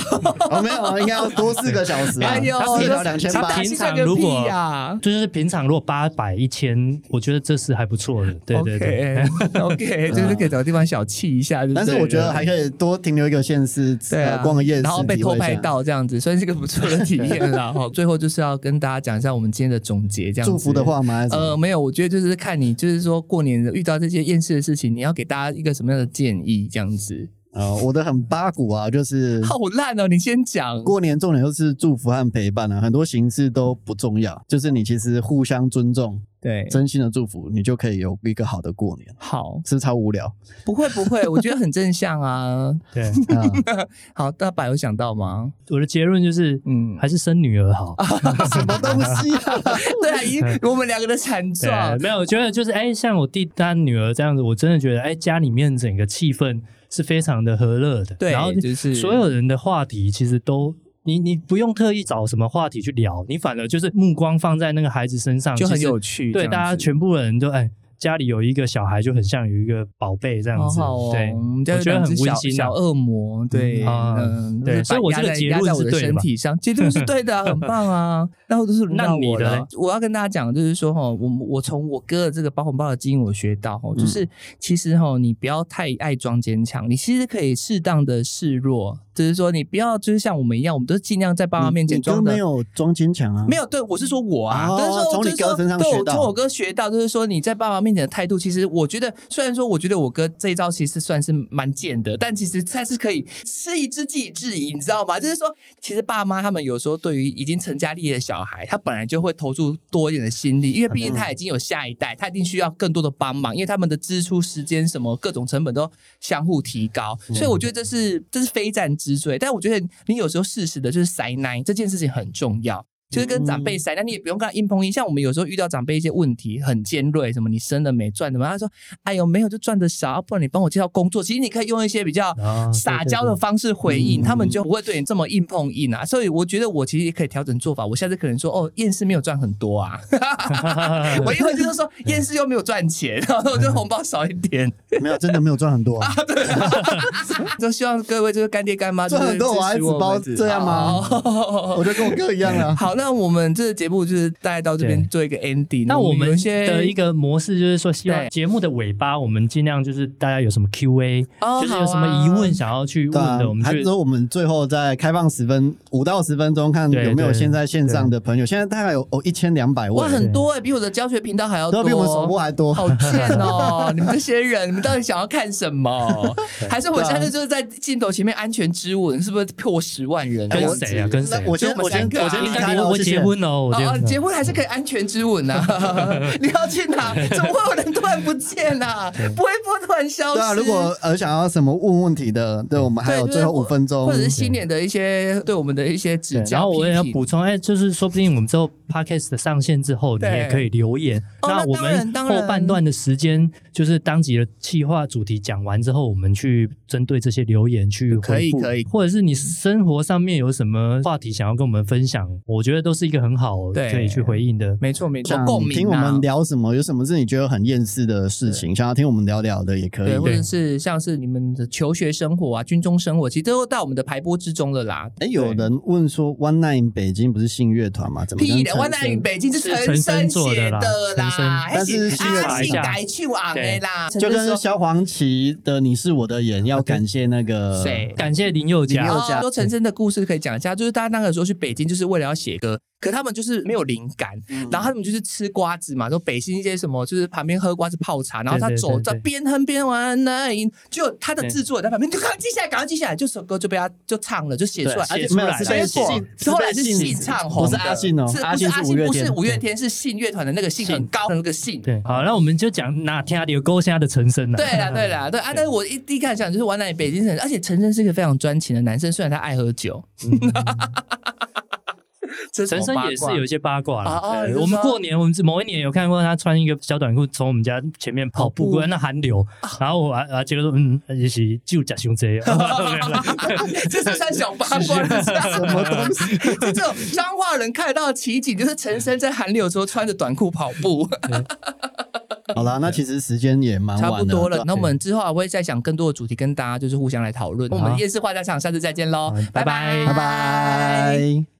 哦没有啊，应该要多四个小时啊， 哎呦， 他至少这两千他八打平。气常个如屁果呀。就是平常如果八百一千，我觉得这是还不错的。对对对。 OK，OK，就是可以找地方小憩一下。但是我觉得还以。可以多停留一个县市，对啊呃，逛个夜市，然后被体会偷一下拍，到这样子，算是一个不错的体验 啦。哈，最后就是要跟大家讲一下我们今天的总结，这样子祝福的。话吗？还是什么呃，没有，我觉得就是看你，就是说过年的遇到这些厌世的事情，你要给大家一个什么样的建议，这样子。呃，我的很八股啊，就是 好烂哦，你先讲。过年重点就是祝福和陪伴啊，很多形式都不重要，就是你其实互相尊重，对，真心的祝福，你就可以有一个好的过年。好，是不是超 无聊不会不会，我觉得很正向啊。 对，啊！好，大白有想到吗？我的结论就是，嗯嗯，还是生女儿好。啊什么东西啊？对啊，以我们两个的惨状对，，没有，我觉得就是哎、像我弟他女儿这样子，我真的觉得哎、家里面整个气氛是非常的和乐的。对然后就是所有人的话题其实都。你你不用特意找什么话题去聊，你反而就是目光放在那个孩子身上，就很其实有趣。对，这样子大家全部人都哎，家里有一个小孩就很像有一个宝贝这样好子，好哦，对，我们家我有觉得两很只温小馨啊小。恶魔，对，啊嗯，对就是所以把我压这个在结压在论我是的对的身吧体上，结论是对的，很棒啊。那都是轮那到你我的了嘞。我要跟大家讲，就是说哈，我我从我哥的这个包红包的经验，我学到哈，嗯就是其实哈，你不要太爱装坚强，你其实可以适当的示弱，就是说你不要就是像我们一样，我们都尽量在 爸妈面前你就装的没有装坚强啊，没有，对我是说我啊，哦但是说从你就是说哥身上对学我到从我哥学到，就是说你在爸妈面前的态度，其实我觉得，虽然说我觉得我哥这一招其实算是蛮贱的，但其实他是可以失一之计制矣，你知道吗？就是说，其实爸妈他们有时候对于已经成家立业的小孩，他本来就会投注多一点的心力，因为毕竟嗯他已经有下一代，他一定需要更多的帮忙，因为他们的支出、时间什么各种成本都相互提高，嗯所以我觉得这是这是非战之罪。但我觉得你有时候适时的就是塞奶这件事情很重要。就是跟长嗯辈塞，但你也不用跟他硬碰硬。像我们有时候遇到长辈一些问题很尖锐，什么你生了没赚什么，他说：“哎呦没有，就赚的少，不然你帮我介绍工作。”其实你可以用一些比较啊撒娇的方式回应，他嗯们就不会对你这么硬碰硬啊。所以我觉得我其实也可以调整做法，我下次可能说：“哦，厌世没有赚很多啊。 方我一会就是 说厌世又没有赚钱，然后我就红包少一点。 没有，真的没有赚很多啊，就希望各位就是干爹干妈赚很多就是我还支持哦只我包们这样吗？好我就跟我哥一样啊。好，那我们这个节目就是大概到这边对做一个 ending。那我有们一些的一个模式就是说，希对望节目的尾巴，我们尽量就是大家有什么 Q&A，、哦就是有什么疑问想要去对问啊嗯的，我们还去是。说我们最后再开放十分五到十分钟，看对有没有对现在线上的朋友。现在大概有哦一千两百哇位，很多哎、比我的教学频道还要多，哦都比我们首播还多。好贱 哦！你们这些人，你们到底想要看什么？啊还是我下次就是在镜头前面安全之吻，是不是破十万人？跟这样子谁啊？跟谁那啊？我先就我们我先三个啊我先离应但开你了，我谢谢结。婚哦，我结哦，婚哦了。结婚还是可以安全之吻 啊！你要去哪？怎么会有人突然不见啊？不会不会突然消失？对啊，如果呃想要什么问问题的，对我们还对有就是最后我五分钟或者，是新年的一些对我们的一些指嗯对教，然后我也要批评补充，哎，就是说不定我们之后 podcast 上线之后，你对也可以留言。哦那我当然们当然后半段的时间，就是当集的企划主题讲完之后，我们去针对这些留言去回复可以可以或者是你生活上面有什么话题想要跟我们分享，我觉得都是一个很好对可以去回应的。没错没错，想共鸣、啊。听我们聊什么，有什么是你觉得很厌世的事情，想要听我们聊聊的也可以对，。或者对是像是你们的求学生活啊、军中生活，其实都到我们的排播之中了啦。哎，有人问说，One Night in 北京不是信乐团吗？怎么屁跟的，陈万代升北京是是陈陈升升做写的啦的陈升啦，哎但是还去阿查一信下改去昂的啦，就陈升跟说。萧煌奇的《你是我的眼》要感谢那个谁感谢林宥嘉林，宥嘉哦说陈升的故事可以讲一下，就是大家那个时候去北京，就是为了要写歌，可他们就是没有灵感，然后他们就是吃瓜子嘛，说北京一些什么，就是旁边喝瓜子泡茶，然后他对对走对在对边哼边玩那一，就他的对制作人在旁边就赶快记下来，赶快记下来，就首歌就被他就唱了，就写对出来，而且写出没有来是了被结信果，后来是信唱红不的，是阿信哦，是阿不是信阿五信月不是天 五月天，是信乐团的那个信很高的那个信。对，好，那我们就讲哪天有勾虾的陈升了。对啦，对 啦，对啊！但是我一第一开始想就是玩奶北京人，而且陈升是一个非常专情的男生，虽然他爱喝酒， 这陈什升么八也是卦有一些八卦啦。啊啊对你是我们说过年，我们某一年有看过他穿一个小短裤从我们家前面跑跑步步，过来那寒流，然后我啊啊，结果说嗯，也许就假胸这样。 这是算小八卦， 什么东西？ 这种彰化人看得到的奇景，就是陈升在寒流的时候穿着短裤跑步，好啦，那其实时间也蛮差晚不多了对。那我们之后还会再想更多的主题跟大家就是互相来讨论。我们好夜市话家常，下次再见喽好，拜拜拜拜拜。